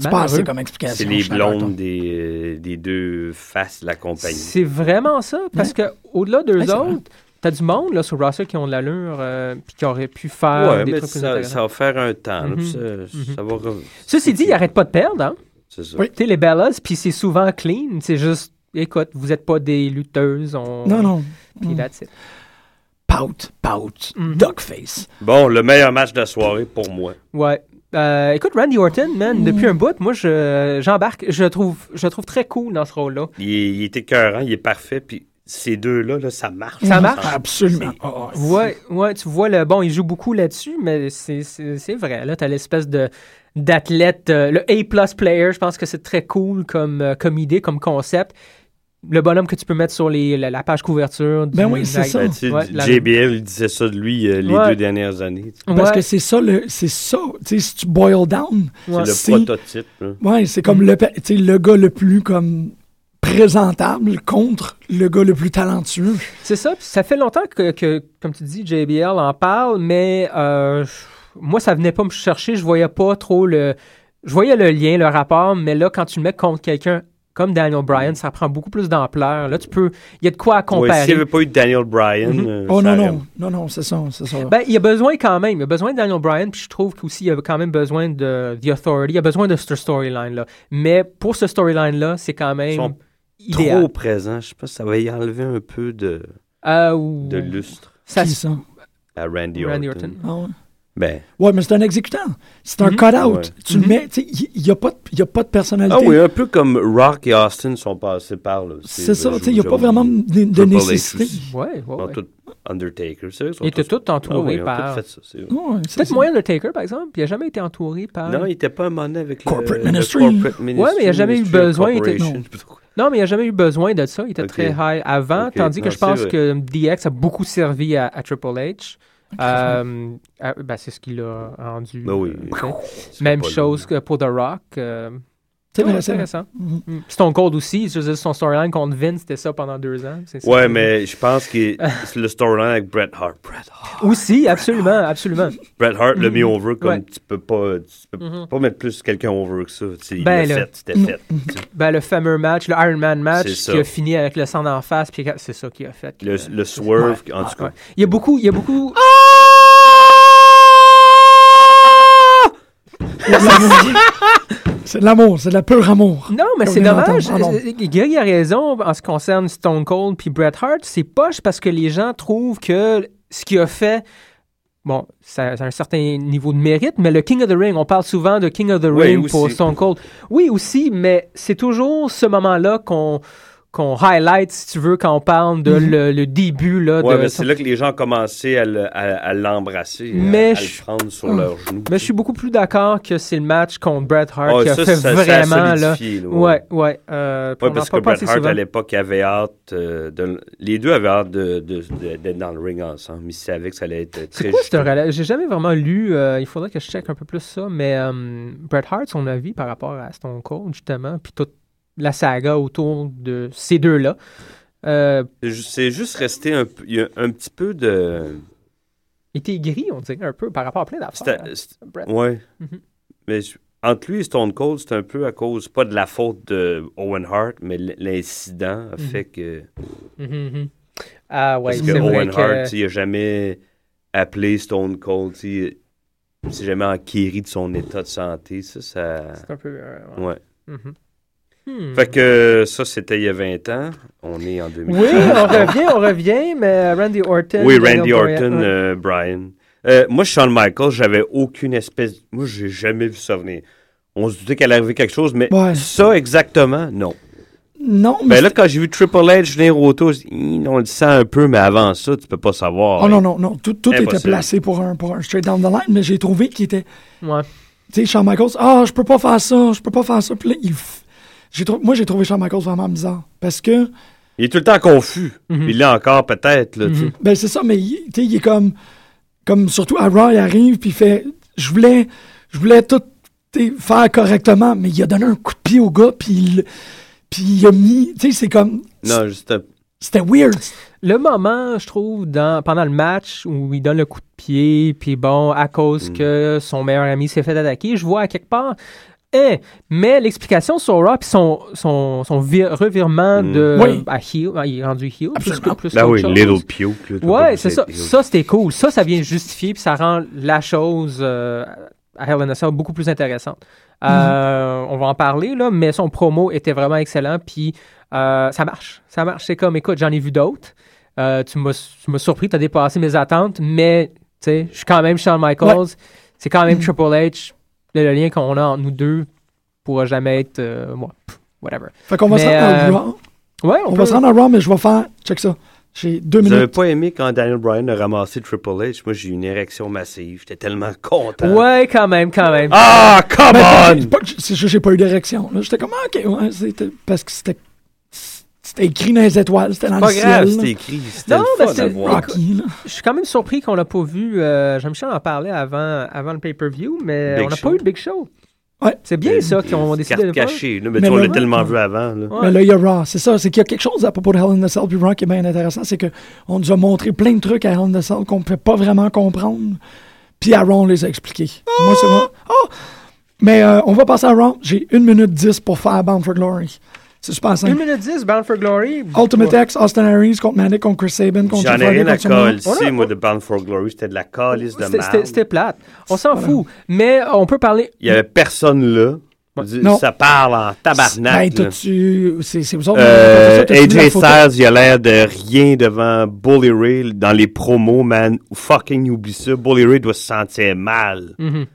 Speaker 4: C'est pas assez
Speaker 5: malheureux.
Speaker 4: comme explication.
Speaker 6: C'est les
Speaker 4: je suis d'accord avec
Speaker 6: blondes des, euh, des deux faces de la compagnie.
Speaker 5: C'est vraiment ça, parce que au-delà d'eux
Speaker 6: Ouais, c'est vrai.
Speaker 5: autres, t'as du monde là, sur Russell qui ont de l'allure euh, puis qui auraient pu faire
Speaker 6: Ouais,
Speaker 5: des
Speaker 6: mais
Speaker 5: trucs plus
Speaker 6: ça,
Speaker 5: intéressants.
Speaker 6: ça va faire un temps. là,
Speaker 5: Mhm.
Speaker 6: puis ça, ça va re-
Speaker 5: Ceci dit, ils n'arrêtent pas de perdre. Hein?
Speaker 6: C'est ça.
Speaker 5: Tu sais, les Bellas, puis c'est souvent clean. C'est juste, écoute, vous n'êtes pas des lutteuses. On...
Speaker 4: Non, Mm. non.
Speaker 5: Puis that's it.
Speaker 4: Pout, pout, duckface.
Speaker 6: Bon, le meilleur match de la soirée pour moi.
Speaker 5: Ouais. Euh, écoute, Randy Orton,
Speaker 4: Mm.
Speaker 5: man, depuis un bout, moi, je- j'embarque. Je, le trouve, je le trouve très cool dans ce rôle-là.
Speaker 6: Il est, il est écœurant, il est parfait. Puis ces deux-là, là, ça marche.
Speaker 5: Ça marche.
Speaker 4: Mm-hmm. Absolument. Ah,
Speaker 5: Ouais, ouais, tu vois, le, bon, il joue beaucoup là-dessus, mais c'est- c'est c'est vrai. Là, tu as l'espèce de d'athlète, euh, le A-plus player, je pense que c'est très cool comme, euh, comme idée, comme concept. Le bonhomme que tu peux mettre sur les, la, la page couverture. du
Speaker 4: Ben oui, c'est
Speaker 5: Night-
Speaker 4: ça.
Speaker 6: Ben, tu sais,
Speaker 5: Ouais, la-
Speaker 6: JBL il disait ça de lui euh, les
Speaker 5: Ouais.
Speaker 6: deux dernières années. tu sais.
Speaker 4: Parce que c'est ça, le- c'est ça. Tu sais, si tu boil down,
Speaker 6: C'est le prototype. là.
Speaker 4: Ouais, c'est comme le, pa- tu sais, le gars le plus comme présentable contre le gars le plus talentueux.
Speaker 5: C'est ça. puis ça fait longtemps que, que, comme tu dis, JBL en parle, mais euh, je- moi, ça venait pas me chercher. Je voyais pas trop le. Je voyais le lien, le rapport, mais là, quand tu le mets contre quelqu'un comme Daniel Bryan, ça prend beaucoup plus d'ampleur. Là, tu peux. Il y a de quoi à
Speaker 6: Ouais, S'il n'y
Speaker 5: comparer.
Speaker 6: avait pas eu Daniel Bryan.
Speaker 5: Mhm.
Speaker 6: euh,
Speaker 4: Oh
Speaker 6: ça
Speaker 4: non,
Speaker 6: aurait-
Speaker 4: non, non, non, c'est ça, c'est ça.
Speaker 5: Ben, il y a besoin quand même. Il y a besoin de Daniel Bryan, puis je trouve qu'aussi, il y a quand même besoin de The Authority. Il y a besoin de ce storyline-là. Mais pour ce storyline-là, c'est quand
Speaker 6: Ils
Speaker 5: même
Speaker 6: sont
Speaker 5: idéal.
Speaker 6: trop présents. Je sais pas si ça va y enlever un peu de,
Speaker 5: Euh, ou-
Speaker 6: de lustre
Speaker 5: ça
Speaker 4: Qui ça?
Speaker 5: se-
Speaker 6: à Randy,
Speaker 5: Randy
Speaker 6: Orton.
Speaker 5: Orton.
Speaker 4: Ah ouais.
Speaker 6: Ben,
Speaker 4: Ouais, mais c'est un exécutant. C'est un
Speaker 5: Mhm.
Speaker 4: cut-out.
Speaker 6: Ouais.
Speaker 4: Tu le mets, tu sais, il- il n'y a, pas de- il y a pas de personnalité.
Speaker 6: ah oui, un peu comme Rock et Austin sont passés par là. Ben,
Speaker 4: c'est ça,
Speaker 6: je-
Speaker 4: tu sais, il n'y a
Speaker 6: je-
Speaker 4: pas vraiment de, de
Speaker 6: Triple H
Speaker 4: nécessité.
Speaker 6: aussi.
Speaker 5: Ouais, ouais,
Speaker 6: Ils ont
Speaker 5: ouais.
Speaker 6: tous Undertaker, c'est vrai.
Speaker 5: Ils étaient tous entourés
Speaker 6: Ah ils ont
Speaker 5: par-
Speaker 6: tous fait ça, c'est vrai.
Speaker 4: Ouais, c'est
Speaker 5: Peut-être
Speaker 4: ça.
Speaker 5: moyen de Taker, par exemple. Il n'a jamais été entouré par.
Speaker 6: Non, il n'était pas un monnaie avec le-
Speaker 4: Corporate
Speaker 6: le,
Speaker 4: Ministry.
Speaker 6: corporate ministry,
Speaker 5: Ouais, mais il y a jamais eu
Speaker 6: Ministry of
Speaker 5: besoin, il était-
Speaker 6: Corporation.
Speaker 5: Non, mais il n'a jamais eu besoin de ça. Il était
Speaker 6: Ok.
Speaker 5: très high avant,
Speaker 6: Ok,
Speaker 5: tandis
Speaker 6: non,
Speaker 5: que je
Speaker 6: c'est
Speaker 5: pense
Speaker 6: vrai.
Speaker 5: que DX a beaucoup servi à, à Triple
Speaker 6: [LAUGHS]
Speaker 5: H. Euh, à- ben, c'est ce qu'il a rendu.
Speaker 6: Ah. Ben oui.
Speaker 5: euh, bon.
Speaker 6: [LAUGHS] C'est
Speaker 5: Même
Speaker 6: pas là.
Speaker 5: chose que pour The Rock. euh,
Speaker 4: C'est
Speaker 5: ouais,
Speaker 4: vrai, c'est vrai.
Speaker 5: intéressant.
Speaker 4: Mhm.
Speaker 5: Mm. Stone Cold aussi, je veux dire, son storyline contre Vince, c'était ça pendant deux ans. c'est ça.
Speaker 6: Ouais, mais je pense
Speaker 5: [LAUGHS]
Speaker 6: que c'est le storyline avec Bret Hart. Bret Hart,
Speaker 5: Aussi, absolument, absolument.
Speaker 6: Bret Hart l'a mis
Speaker 5: Mhm.
Speaker 6: over comme
Speaker 5: Ouais. Mm-hmm.
Speaker 6: tu peux pas, tu peux pas mettre plus quelqu'un over que ça. Tu sais, il
Speaker 5: Ben
Speaker 6: l'a
Speaker 5: là.
Speaker 6: fait, c'était fait. tu sais.
Speaker 5: Ben, le fameux match, le Iron Man
Speaker 6: C'est
Speaker 5: match,
Speaker 6: ça.
Speaker 5: qui a fini avec le sang d'en face, puis c'est ça qu'il a fait. Ah,
Speaker 6: Le, le swerve, en tout cas.
Speaker 5: Ouais. Il y a beaucoup, il y a beaucoup.
Speaker 4: Ah! [LAUGHS] C'est de l'amour, c'est de la pure amour.
Speaker 5: Non, mais
Speaker 4: Comme
Speaker 5: c'est
Speaker 4: les
Speaker 5: dommage.
Speaker 4: entendre. Ah non.
Speaker 5: Euh, Greg a raison en ce qui concerne Stone Cold puis Bret Hart. C'est poche parce que les gens trouvent que ce qu'il a fait, bon, ça, ça a un certain niveau de mérite, mais le King of the Ring, on parle souvent de King of the
Speaker 6: Oui,
Speaker 5: Ring pour
Speaker 6: aussi.
Speaker 5: Stone Cold. Oui, aussi, mais c'est toujours ce moment-là qu'on qu'on highlight, si tu veux, quand on parle de
Speaker 6: Mhm.
Speaker 5: le, le début. Là,
Speaker 6: Ouais,
Speaker 5: de-
Speaker 6: mais c'est là que les gens ont commencé à le- à- à l'embrasser, à,
Speaker 5: Mais
Speaker 6: à
Speaker 5: je- Mm.
Speaker 6: le prendre sur leurs genoux.
Speaker 5: Mais je suis beaucoup plus d'accord que c'est le match contre Bret Hart
Speaker 6: Ah,
Speaker 5: qui a
Speaker 6: ça,
Speaker 5: fait
Speaker 6: ça- ça a
Speaker 5: vraiment.
Speaker 6: solidifié,
Speaker 5: là,
Speaker 6: là,
Speaker 5: ouais, ouais. euh, puis
Speaker 6: Ouais,
Speaker 5: on en
Speaker 6: parce que
Speaker 5: parle pas
Speaker 6: Bret
Speaker 5: assez
Speaker 6: Hart,
Speaker 5: souvent.
Speaker 6: à l'époque, avait hâte euh, de- Les deux avaient hâte de- de- de- d'être dans le ring ensemble. Ils savaient que ça allait être très
Speaker 5: C'est quoi ce relais? J'ai jamais vraiment lu. euh, il faudrait que je check un peu plus ça. Mais euh, Bret Hart, son avis par rapport à Stone Cold, justement, puis toute la saga autour de ces deux-là. Euh,
Speaker 6: C'est ju- C'est juste resté un, p- il y a un petit peu de.
Speaker 5: était gris, on dirait, un peu, par rapport à plein d'affaires. hein,
Speaker 6: C'était- c'était-
Speaker 5: Bret.
Speaker 6: Ouais.
Speaker 5: Mhm.
Speaker 6: Mais je- entre lui et Stone Cold, c'est un peu à cause, pas de la faute de Owen Hart, mais l- l'incident a
Speaker 5: Mhm.
Speaker 6: fait que.
Speaker 5: Mhm, mhm. Ah ouais,
Speaker 6: parce que
Speaker 5: c'est vrai
Speaker 6: Owen
Speaker 5: que-
Speaker 6: Hart, tu sais, il n'a jamais appelé Stone Cold, tu sais, il s'est jamais enquéri de son état de santé. Ça, ça.
Speaker 5: C'est un peu, euh,
Speaker 6: ouais.
Speaker 5: ouais. Mhm. Hmm.
Speaker 6: Fait que ça, c'était il y a 20 ans. On est en 2000.
Speaker 5: Hmm. Oui, on revient, on revient, mais Randy Orton.
Speaker 6: Oui,
Speaker 5: Daniel
Speaker 6: Randy
Speaker 5: Bryan,
Speaker 6: Orton,
Speaker 5: ouais.
Speaker 6: euh, Brian. Euh, moi, Shawn Michaels, j'avais aucune espèce. Moi, j'ai jamais vu ça venir. On se doutait qu'elle arrivait quelque chose, mais
Speaker 4: Ouais.
Speaker 6: ça exactement, non.
Speaker 4: Non, mais
Speaker 6: Ben là, quand j'ai vu Triple H venir autour, j'ai dit, Hi, on le sent un peu, mais avant ça, tu peux pas savoir.
Speaker 4: Oh non, non, non. Tout, tout était
Speaker 6: Ah, Impossible.
Speaker 4: placé pour un, pour un straight down the line, mais j'ai trouvé qu'il était.
Speaker 5: Ouais.
Speaker 4: Tu sais, Shawn Michaels, ah, je peux pas faire ça, je peux pas faire ça. Puis là, il. f- j'ai trou- Moi, j'ai trouvé Shawn Michaels vraiment bizarre. Parce que.
Speaker 6: Il est tout le temps confus. Il l'est encore, peut-être, là, tu sais.
Speaker 4: Ben, c'est ça, mais il, tu sais, il est comme. Comme surtout à Raw, il arrive, puis il fait. Je voulais. Je voulais tout tu sais, faire correctement, mais il a donné un coup de pied au gars, puis il. Puis il a mis. Tu sais, c'est comme.
Speaker 6: Non, juste.
Speaker 4: C'était weird.
Speaker 5: Le moment, je trouve, dans, pendant le match où il donne le coup de pied, puis bon, à cause que son meilleur ami s'est fait attaquer, je vois à quelque part. Hein, mais l'explication sur Raw, puis son, son, son vir- revirement de.
Speaker 6: Oui.
Speaker 5: à heel, ah, il est rendu heel, plus que plus
Speaker 6: Ben
Speaker 5: qu'autre
Speaker 6: oui,
Speaker 5: chose.
Speaker 6: Little Puke, là, t'as pas
Speaker 5: Ouais,
Speaker 6: vu
Speaker 5: c'est ça.
Speaker 6: cette heel.
Speaker 5: Ça, c'était cool. Ça, ça vient justifier, puis ça rend la chose euh, à Hell in a Cell beaucoup plus intéressante.
Speaker 4: Mhm.
Speaker 5: Euh, On va en parler, là, mais son promo était vraiment excellent, puis euh, ça marche. Ça marche. C'est comme, écoute, j'en ai vu d'autres. Euh, tu m'as tu m'as surpris, tu as dépassé mes attentes, mais, tu sais, je suis quand même Shawn Michaels.
Speaker 4: Ouais.
Speaker 5: C'est quand même
Speaker 4: Mhm.
Speaker 5: Triple H. Le, le lien qu'on a entre nous deux pourra jamais être, euh, moi, pff, whatever.
Speaker 4: Fait qu'on va
Speaker 5: Mais,
Speaker 4: se rendre à
Speaker 5: euh,
Speaker 4: Raw.
Speaker 5: Ouais,
Speaker 4: On
Speaker 5: peut-
Speaker 4: va se rendre à Raw, mais je vais faire. Check ça. J'ai deux
Speaker 6: Vous
Speaker 4: minutes.
Speaker 6: n'avez pas aimé quand Daniel Bryan a ramassé Triple H. Moi, j'ai eu une érection massive. J'étais tellement content.
Speaker 5: Ouais, quand même, quand même.
Speaker 6: Ah, come
Speaker 4: Ben,
Speaker 6: on!
Speaker 4: c'est pas que j- C'est juste que j'ai pas eu d'érection. là. J'étais comme, ah, ok, ouais, c'était parce que c'était. C'était écrit dans les étoiles, c'était dans
Speaker 6: Pas
Speaker 4: le ciel.
Speaker 6: grave,
Speaker 4: là. ben,
Speaker 6: c'était écrit, c'était Non, le mais fun c'est- à voir.
Speaker 4: Rocky, là.
Speaker 5: Je suis quand même surpris qu'on l'a pas vu. euh, Jean-Michel en parlait avant, avant le pay-per-view, mais
Speaker 6: Big
Speaker 5: on n'a
Speaker 6: Show.
Speaker 5: pas eu de Big Show. C'est bien
Speaker 6: Euh,
Speaker 5: ça qu'on a décidé de
Speaker 6: Carte
Speaker 5: faire.
Speaker 6: cachée, là, mais,
Speaker 4: Mais
Speaker 6: tu, on
Speaker 4: là-
Speaker 6: l'a tellement vu avant. Là.
Speaker 4: Mais là, il y a Raw. C'est ça, c'est qu'il y a quelque chose à propos de Hell in a Cell puis Raw qui est bien intéressant. C'est qu'on nous a montré plein de trucs à Hell in a Cell qu'on ne pouvait pas vraiment comprendre. Puis à Raw, on les a expliqués. Moi, c'est moi.
Speaker 6: Ah!
Speaker 4: Oh! Mais euh, on va passer à Raw. J'ai 1 minute 10 pour faire Bound for Glory. C'est super simple.
Speaker 5: 1 minute 10, Bound for Glory.
Speaker 4: Ultimate X, Austin Aries contre Manic, contre Chris Sabin, contre
Speaker 6: J'en
Speaker 4: Jeff
Speaker 6: ai
Speaker 4: Hardy,
Speaker 6: rien à
Speaker 4: contre Samoa.
Speaker 6: coller. Si, moi, de Bound for Glory, c'était de la calice de
Speaker 5: C'était- C'était
Speaker 6: merde.
Speaker 5: c'était plate. On s'en fout. Mais on peut parler.
Speaker 6: Il n'y avait personne là. Dis-
Speaker 5: Non.
Speaker 6: Ça parle en
Speaker 4: Ben,
Speaker 6: tabarnak. là.
Speaker 4: t'as-tu. C'est c'est vous autres.
Speaker 6: Euh,
Speaker 4: t'as-tu vu la
Speaker 6: AJ
Speaker 4: photo?
Speaker 6: Styles, il a l'air de rien devant Bully Ray dans les promos, man. Fucking oublie ça. Bully Ray doit se sentir mal.
Speaker 5: Mhm.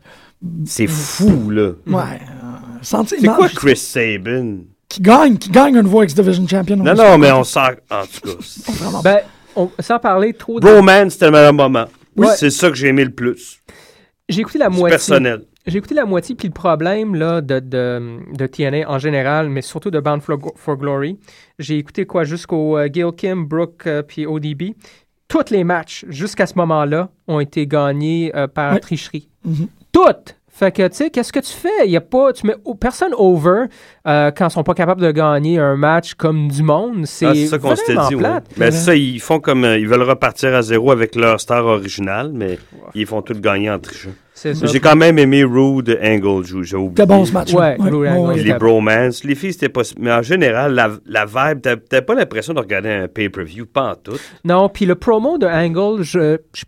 Speaker 6: C'est fou, là.
Speaker 4: Mm-hmm. Ouais. euh, Sentir
Speaker 6: C'est
Speaker 4: mal.
Speaker 6: quoi Chris Sabin?
Speaker 4: Qui gagne, qui gagne un nouveau X-Division Champion.
Speaker 6: Non, non, mais on sent. En tout cas.
Speaker 4: [LAUGHS]
Speaker 6: c'est-
Speaker 5: Ben, on- sans parler trop de.
Speaker 6: Broman, c'était le meilleur moment.
Speaker 5: Oui.
Speaker 6: C'est ça que j'ai aimé le plus.
Speaker 5: J'ai écouté la
Speaker 6: C'est
Speaker 5: moitié.
Speaker 6: personnel.
Speaker 5: J'ai écouté la moitié, puis le problème là, de, de, de TNA en général, mais surtout de Bound for, for Glory, j'ai écouté quoi jusqu'au euh, Gail Kim, Brooke, euh, puis ODB. Tous les matchs jusqu'à ce moment-là ont été gagnés euh, par
Speaker 4: Ouais.
Speaker 5: tricherie.
Speaker 4: Mhm.
Speaker 5: Toutes! Fait que, tu sais, qu'est-ce que tu fais? Il y a pas, tu mets au- personne over euh, quand ils sont pas capables de gagner un match comme du monde. C'est
Speaker 6: Ah, c'est ça qu'on s'était
Speaker 5: vraiment
Speaker 6: dit. ouais.
Speaker 5: plate.
Speaker 6: Mais ça, ils font comme. euh, ils veulent repartir à zéro avec leur star originale, mais ils font tout gagner en trichant.
Speaker 5: C'est
Speaker 6: Mais
Speaker 5: ça.
Speaker 6: J'ai quand même aimé Rude Angle, j'ai j'ai oublié.
Speaker 4: C'était bon, ce match-là.
Speaker 5: Ouais, Blue Angle,
Speaker 6: Puis
Speaker 5: c'était-
Speaker 6: Les bromances, les filles, c'était pas. Mais en général, la, la vibe, t'as t'as pas l'impression de regarder un pay-per-view, pas en tout.
Speaker 5: Non, puis le promo de Angle, je, je,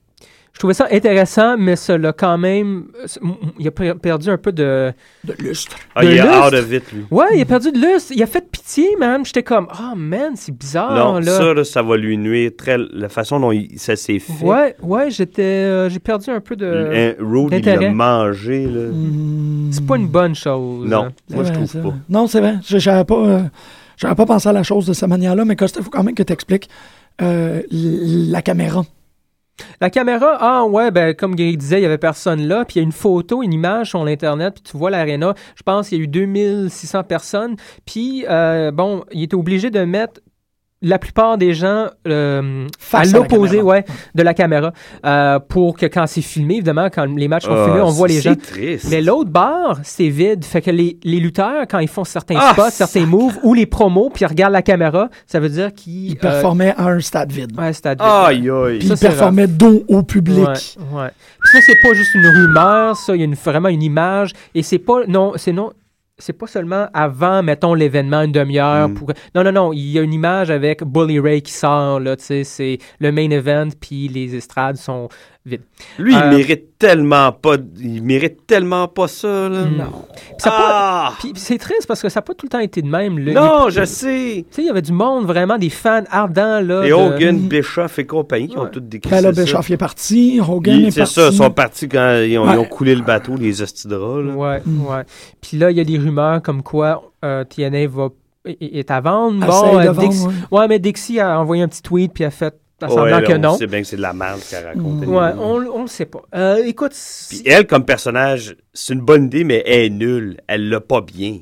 Speaker 5: je trouvais ça intéressant, mais ça l'a quand même. c'est- m- m- Il a per- perdu un peu de.
Speaker 4: De lustre.
Speaker 6: Ah, il est out of it, lui.
Speaker 5: Ouais, il a perdu de lustre. Il a fait pitié, man. J'étais comme, ah, man, c'est bizarre,
Speaker 6: non,
Speaker 5: là.
Speaker 6: ça, là, ça va lui nuire très. La façon dont il- ça s'est fait.
Speaker 5: Ouais, ouais, j'étais. euh, J'ai perdu un peu de.
Speaker 6: Hein, Rude, il
Speaker 5: d'intérêt. Mm-hmm.
Speaker 6: l'a mangé, là.
Speaker 5: C'est pas une bonne chose. hein.
Speaker 6: Non, moi, je
Speaker 4: Ouais,
Speaker 6: trouve
Speaker 4: c'est
Speaker 6: pas.
Speaker 4: vrai. Non, c'est vrai. Je savais pas. euh, J'avais pas pensé à la chose de cette manière-là, mais Costa, il faut quand même que tu expliques euh, l- la caméra.
Speaker 5: La caméra, ah ouais, ben, comme Gary disait, il y avait personne là. Puis il y a une photo, une image sur l'Internet, puis tu vois l'aréna. Je pense qu'il y a eu 2600 personnes. Puis, euh, bon, il était obligé de mettre la plupart des gens euh, à
Speaker 4: Face à la
Speaker 5: l'opposé
Speaker 4: caméra.
Speaker 5: ouais, de la caméra euh, pour que quand c'est filmé, évidemment, quand les matchs sont
Speaker 6: Ah,
Speaker 5: filmés, on voit
Speaker 6: c'est-
Speaker 5: les gens.
Speaker 6: c'est triste.
Speaker 5: Mais l'autre barre, c'est vide. Fait que les, les lutteurs, quand ils font certains
Speaker 6: Ah,
Speaker 5: spots, certains moves ou les promos, puis ils regardent la caméra, ça veut dire qu'ils...
Speaker 4: Il performait à un stade vide.
Speaker 5: Ouais, stade vide.
Speaker 6: Aïe, aïe.
Speaker 4: Puis
Speaker 5: Ça,
Speaker 4: il
Speaker 5: Euh, c'est
Speaker 4: performait dos au public.
Speaker 5: Ouais, ouais. Puis ça, c'est pas juste une rumeur, ça, il y a une- vraiment une image. Et c'est pas, non, c'est non, c'est pas seulement avant, mettons, l'événement, une
Speaker 6: Mm.
Speaker 5: demi-heure. Pour... Non, non, non, il y a une image avec Bully Ray qui sort, là, tu sais, c'est le main event, puis les estrades sont vides.
Speaker 6: Lui,
Speaker 5: Euh,
Speaker 6: il mérite tellement pas. Il mérite tellement pas ça, là. Ah!
Speaker 5: Non. Puis ça a pas- puis- puis c'est triste parce que ça n'a pas tout le temps été de même. là.
Speaker 6: Non,
Speaker 5: Il-
Speaker 6: je sais.
Speaker 5: Tu sais, il y avait du monde, vraiment, des fans ardents, là.
Speaker 6: Et
Speaker 5: de-
Speaker 6: Hogan, Bischoff et compagnie qui ont tous décrit
Speaker 4: Ben là,
Speaker 6: ça.
Speaker 4: Bischoff il est parti, Hogan
Speaker 6: Ils-
Speaker 4: est
Speaker 6: C'est
Speaker 4: parti.
Speaker 6: ça, ils sont partis quand ils ont, ils ont
Speaker 4: Ouais.
Speaker 6: coulé le bateau, les astidras. là.
Speaker 5: Ouais, ouais. Puis là, il y a des rumeurs comme quoi euh, TNA va, est- est à vendre.
Speaker 4: Essaye
Speaker 5: Bon,
Speaker 4: de
Speaker 5: euh,
Speaker 4: vendre,
Speaker 5: Dixie- ouais. mais Dixie a envoyé un petit tweet puis a fait a
Speaker 6: Ouais,
Speaker 5: semblant
Speaker 6: là,
Speaker 5: que
Speaker 6: on
Speaker 5: non.
Speaker 6: sait bien que c'est de la merde qu'elle raconte. elle.
Speaker 5: Ouais, on, on le sait pas. Euh, écoute,
Speaker 6: Puis elle, comme personnage, c'est une bonne idée, mais elle est nulle. Elle l'a pas bien.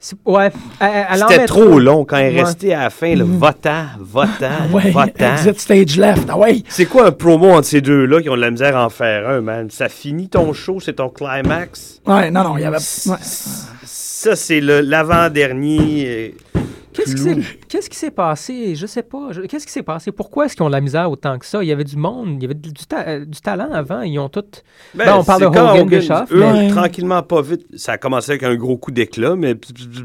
Speaker 5: c'est- ouais, elle- elle- elle en
Speaker 6: C'était
Speaker 5: met
Speaker 6: trop long quand elle
Speaker 5: Ouais. Mhm.
Speaker 6: restait à la fin. le Votant,
Speaker 5: [LAUGHS]
Speaker 6: votant,
Speaker 4: Ah Ouais,
Speaker 6: votant.
Speaker 4: exit stage left. Ah ouais.
Speaker 6: C'est quoi un promo entre ces deux-là qui ont de la misère à en faire un, man? Ça finit ton show, c'est ton climax.
Speaker 4: Ouais, non, non, il y avait. ouais.
Speaker 6: Ça, c'est le- l'avant-dernier. euh,
Speaker 5: Qu'est-ce qui
Speaker 6: clou.
Speaker 5: s'est- qu'est-ce qui s'est passé? Je sais pas. Je- Qu'est-ce qui s'est passé? Pourquoi est-ce qu'ils ont de la misère autant que ça? Il y avait du monde, il y avait du, ta- euh, du talent avant. Ils ont tous.
Speaker 6: Ben,
Speaker 5: Ben, on parle de
Speaker 6: c'est quand
Speaker 5: Hogan, Bischoff.
Speaker 6: eux,
Speaker 5: mais-
Speaker 6: tranquillement, pas vite. Ça a commencé avec un gros coup d'éclat, mais pss, pss, pss,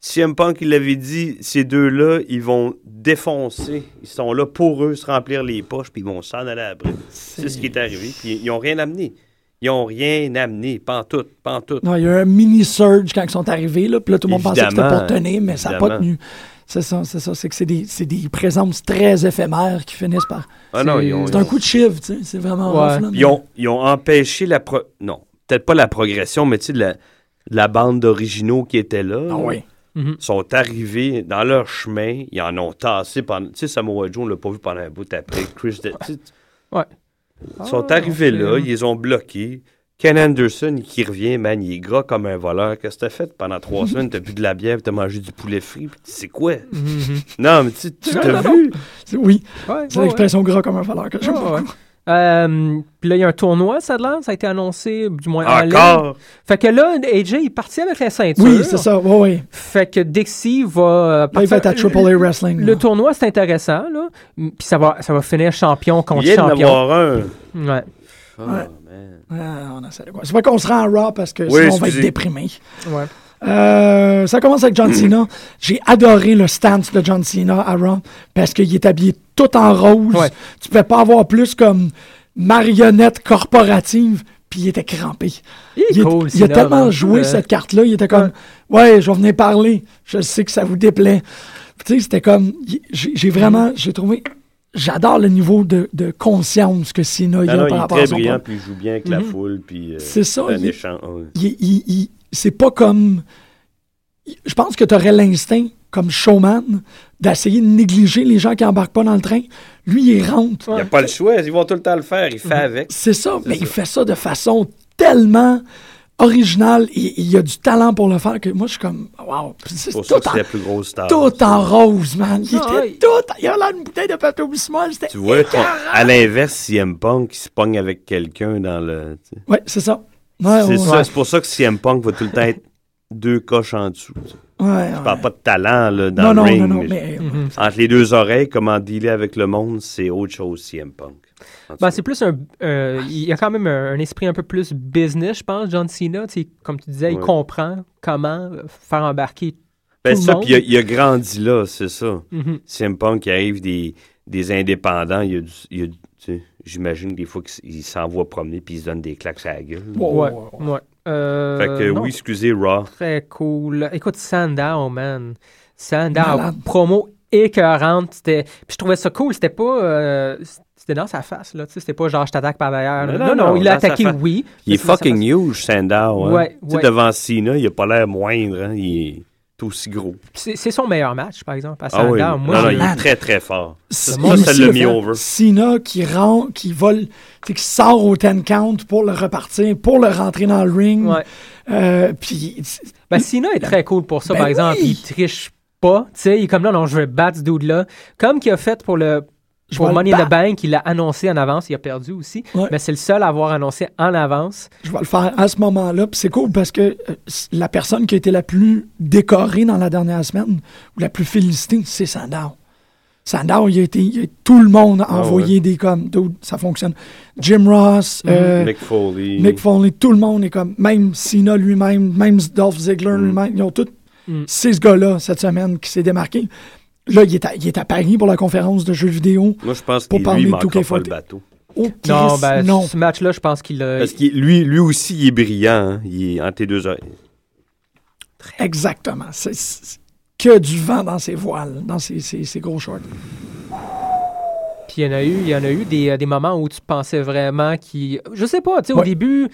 Speaker 6: CM Punk, il l'avait dit, ces deux-là, ils vont défoncer. Ils sont là pour eux, se remplir les poches, puis ils vont s'en aller après. C'est ce qui est arrivé. Puis ils ont rien amené. Ils ont rien amené. Pantoute, pantoute.
Speaker 4: Non, il y a eu un mini surge quand ils sont arrivés. Là, puis là, tout le monde pensait que c'était
Speaker 6: Évidemment,
Speaker 4: pour tenir, mais ça n'a pas
Speaker 6: évidemment.
Speaker 4: tenu. C'est ça, c'est ça. C'est que c'est des, c'est des présences très éphémères qui finissent par.
Speaker 6: Ah non, ils ont-
Speaker 4: C'est un coup de chiffre, tu sais. C'est vraiment.
Speaker 5: Ouais.
Speaker 4: rough, là, mais-
Speaker 6: Ils ont, ils ont empêché la... pro- Non, peut-être pas la progression, mais tu sais, de la, de la bande d'originaux qui était là.
Speaker 4: Ah oui.
Speaker 5: Mhm.
Speaker 6: sont arrivés dans leur chemin, ils en ont tassé pendant. Tu sais, Samoa Joe, on l'a pas vu pendant un bout après. Chris, de- tu sais,
Speaker 5: Ouais.
Speaker 6: ils sont arrivés
Speaker 5: ok.
Speaker 6: là, ils les ont bloqués. Ken Anderson qui revient, man, il est gras comme un voleur. Qu'est-ce que t'as fait pendant trois semaines? T'as bu de la bière, t'as mangé du poulet frit, pis c'est quoi? Non, mais tu sais, tu t'as vu?
Speaker 4: C'est- Oui,
Speaker 5: Ouais,
Speaker 4: c'est
Speaker 5: ouais, ouais.
Speaker 4: l'expression gras comme un valeur que j'aime
Speaker 5: Ah, ouais.
Speaker 4: beaucoup.
Speaker 5: Euh, Puis là, il y a un tournoi, ça de l'air. Ça a été annoncé, du moins en ligne.
Speaker 6: Encore?
Speaker 5: Fait que là, AJ est parti avec la ceinture.
Speaker 4: Oui, c'est ça. Oui, oui.
Speaker 5: Fait que Dixie va. euh,
Speaker 4: Là, il
Speaker 5: partir-
Speaker 4: va être à Triple A Wrestling.
Speaker 5: Le
Speaker 4: là.
Speaker 5: tournoi, c'est intéressant, là. Puis ça va, ça va finir champion
Speaker 6: Il
Speaker 5: contre
Speaker 6: vient d'en
Speaker 5: champion.
Speaker 6: avoir un.
Speaker 5: Ouais.
Speaker 6: Oh,
Speaker 4: Ouais.
Speaker 6: man.
Speaker 4: Ah, on essaie de quoi. C'est vrai qu'on se rend à Raw parce que
Speaker 6: Oui,
Speaker 4: sinon on va être
Speaker 6: excusez.
Speaker 4: déprimé.
Speaker 5: ouais.
Speaker 4: Euh, ça commence avec
Speaker 6: Mm.
Speaker 4: John Cena. J'ai adoré le stance de John Cena à Raw parce qu'il est habillé tout en rose.
Speaker 5: Ouais.
Speaker 4: Tu pouvais pas avoir plus comme marionnette corporative. Puis il était crampé.
Speaker 5: Il est
Speaker 4: est-
Speaker 5: cool,
Speaker 4: il a
Speaker 5: Cena,
Speaker 4: tellement
Speaker 5: hein.
Speaker 4: joué
Speaker 5: Ouais.
Speaker 4: cette carte-là. Il était comme Ouais, je vais venir parler. Je sais que ça vous déplaît. Puis Tu sais, c'était comme il- J'ai j'ai vraiment. J'ai trouvé. J'adore le niveau de, de conscience que Cena il
Speaker 6: Ah Non,
Speaker 4: a par
Speaker 6: non, il est
Speaker 4: rapport à
Speaker 6: très
Speaker 4: son
Speaker 6: brillant,
Speaker 4: propre-
Speaker 6: puis il joue bien avec la foule, puis. euh,
Speaker 4: C'est ça,
Speaker 6: un
Speaker 4: il-
Speaker 6: méchant. ouais.
Speaker 4: il- il- il- c'est pas comme. il- Je pense que tu aurais l'instinct, comme showman, d'essayer de négliger les gens qui embarquent pas dans le train. Lui, il rentre.
Speaker 6: Il n'y a pas le choix, ils vont tout le temps le faire, il fait
Speaker 4: Mm-hmm.
Speaker 6: avec.
Speaker 4: C'est ça, mais il fait ça de façon tellement originale. Il, il a du talent pour le faire que moi, je suis comme, wow. Puis C'est
Speaker 6: C'est pour ça que
Speaker 4: tout, en,
Speaker 6: c'est la plus grosse star.
Speaker 4: tout en rose, man. Il
Speaker 5: Ah,
Speaker 4: était
Speaker 5: ouais.
Speaker 4: tout. Il a là une bouteille de papier au bismol. C'était.
Speaker 6: Tu vois, ton- à l'inverse, CM Punk, il se pogne avec quelqu'un dans le. tu sais.
Speaker 4: Ouais, c'est ça. Ouais,
Speaker 6: c'est
Speaker 4: ouais,
Speaker 6: ça,
Speaker 4: ouais.
Speaker 6: c'est pour ça que CM Punk va tout le temps être deux coches en dessous. tu sais.
Speaker 4: Ouais,
Speaker 6: Je
Speaker 4: ouais.
Speaker 6: parle pas de talent là, dans
Speaker 4: Non,
Speaker 6: le
Speaker 4: non,
Speaker 6: ring.
Speaker 4: non, non,
Speaker 6: mais-
Speaker 4: mais.
Speaker 6: Entre les deux oreilles, comment dealer avec le monde, c'est autre chose, CM Punk. En tout
Speaker 5: Ben,
Speaker 6: cas,
Speaker 5: c'est plus un. euh, il y a quand même un, un esprit un peu plus business, je pense, John Cena. tu sais, Comme tu disais, il
Speaker 6: Ouais.
Speaker 5: comprend comment faire embarquer.
Speaker 6: ben,
Speaker 5: tout le
Speaker 6: ça,
Speaker 5: monde.
Speaker 6: puis il a- il a, grandi là, c'est ça.
Speaker 5: Mhm.
Speaker 6: CM Punk qui arrive des, des indépendants, il y a du- il y a du- tu sais, J'imagine que des fois qu'il s'envoie promener puis il se donne des claques à la gueule.
Speaker 4: Oh,
Speaker 5: Ouais. ouais. Euh,
Speaker 6: fait que
Speaker 5: non,
Speaker 6: oui, excusez, Raw.
Speaker 5: Très cool. Écoute, Sandow, man. Sandow,
Speaker 4: Malade.
Speaker 5: promo écœurante. C'était... Puis je trouvais ça cool. C'était pas. euh, C'était dans sa face, là. tu sais, C'était pas genre je t'attaque par derrière. là.
Speaker 6: Non,
Speaker 5: Non, non,
Speaker 6: non, non,
Speaker 5: il l'a
Speaker 6: dans sa
Speaker 5: attaqué,
Speaker 6: face.
Speaker 5: oui.
Speaker 6: Il
Speaker 5: mais
Speaker 6: est
Speaker 5: c'est dans sa
Speaker 6: fucking
Speaker 5: face.
Speaker 6: huge, Sandow. Hein?
Speaker 5: Ouais,
Speaker 6: Tu sais,
Speaker 5: ouais.
Speaker 6: Devant Cena, il a pas l'air moindre. hein. Il est aussi gros.
Speaker 5: C'est c'est son meilleur match, par exemple. À
Speaker 6: Ah oui.
Speaker 5: Sandown. Moi,
Speaker 6: non, non,
Speaker 5: j'ai-
Speaker 6: il est très, très fort. Ça,
Speaker 4: C'est-
Speaker 6: moi, ça
Speaker 4: aussi
Speaker 6: l'a
Speaker 4: le
Speaker 6: mis
Speaker 4: fait.
Speaker 6: over.
Speaker 4: Cena qui rentre, qui vole, tu sais, qui sort au 10 count pour le repartir, pour le rentrer dans le ring. Euh, puis
Speaker 5: Ben, Cena est très cool pour ça,
Speaker 4: Ben
Speaker 5: par exemple.
Speaker 4: oui.
Speaker 5: Il triche pas. Tu sais, il est comme là, non, je vais battre ce dude-là. Comme qu'il a fait pour le.
Speaker 4: Je
Speaker 5: Pour
Speaker 4: vais le
Speaker 5: Money in the
Speaker 4: battre.
Speaker 5: Bank, il l'a annoncé en avance, il a perdu aussi, mais c'est le seul à avoir annoncé en avance.
Speaker 4: je vais le faire à ce moment-là. Puis c'est cool parce que euh, c- la personne qui a été la plus décorée dans la dernière semaine, ou la plus félicitée, c'est Sandow. Sandow, il a été, il a- tout le monde a
Speaker 6: Ah
Speaker 4: envoyé
Speaker 6: ouais. Mhm.
Speaker 4: des comme, Dude, ça fonctionne. Jim Ross, euh,
Speaker 6: Mick Foley.
Speaker 4: Mick Foley, tout le monde est comme, même Cena lui-même, même Dolph Ziggler
Speaker 5: Mm.
Speaker 4: lui-même, ils ont tous ces gars-là cette semaine qui s'est démarqué. Là, il est, à, il est à Paris pour la conférence de jeux vidéo.
Speaker 6: Moi, je pense que
Speaker 4: Pour parler
Speaker 6: lui, il
Speaker 4: de
Speaker 6: manquera pas
Speaker 4: 2K40.
Speaker 6: le bateau.
Speaker 4: Oh,
Speaker 5: non,
Speaker 4: Chris,
Speaker 5: ben,
Speaker 4: non.
Speaker 5: ce match-là, je pense qu'il a.
Speaker 6: Parce que lui, lui aussi, il est brillant. hein. Il est entre les deux oreilles.
Speaker 4: Exactement. C'est c'est que du vent dans ses voiles, dans ses, ses- ses gros shorts.
Speaker 5: Puis il y en a eu, il y en a eu des, des moments où tu pensais vraiment qu'il. Je sais pas, tu sais, au
Speaker 4: Ouais.
Speaker 5: début.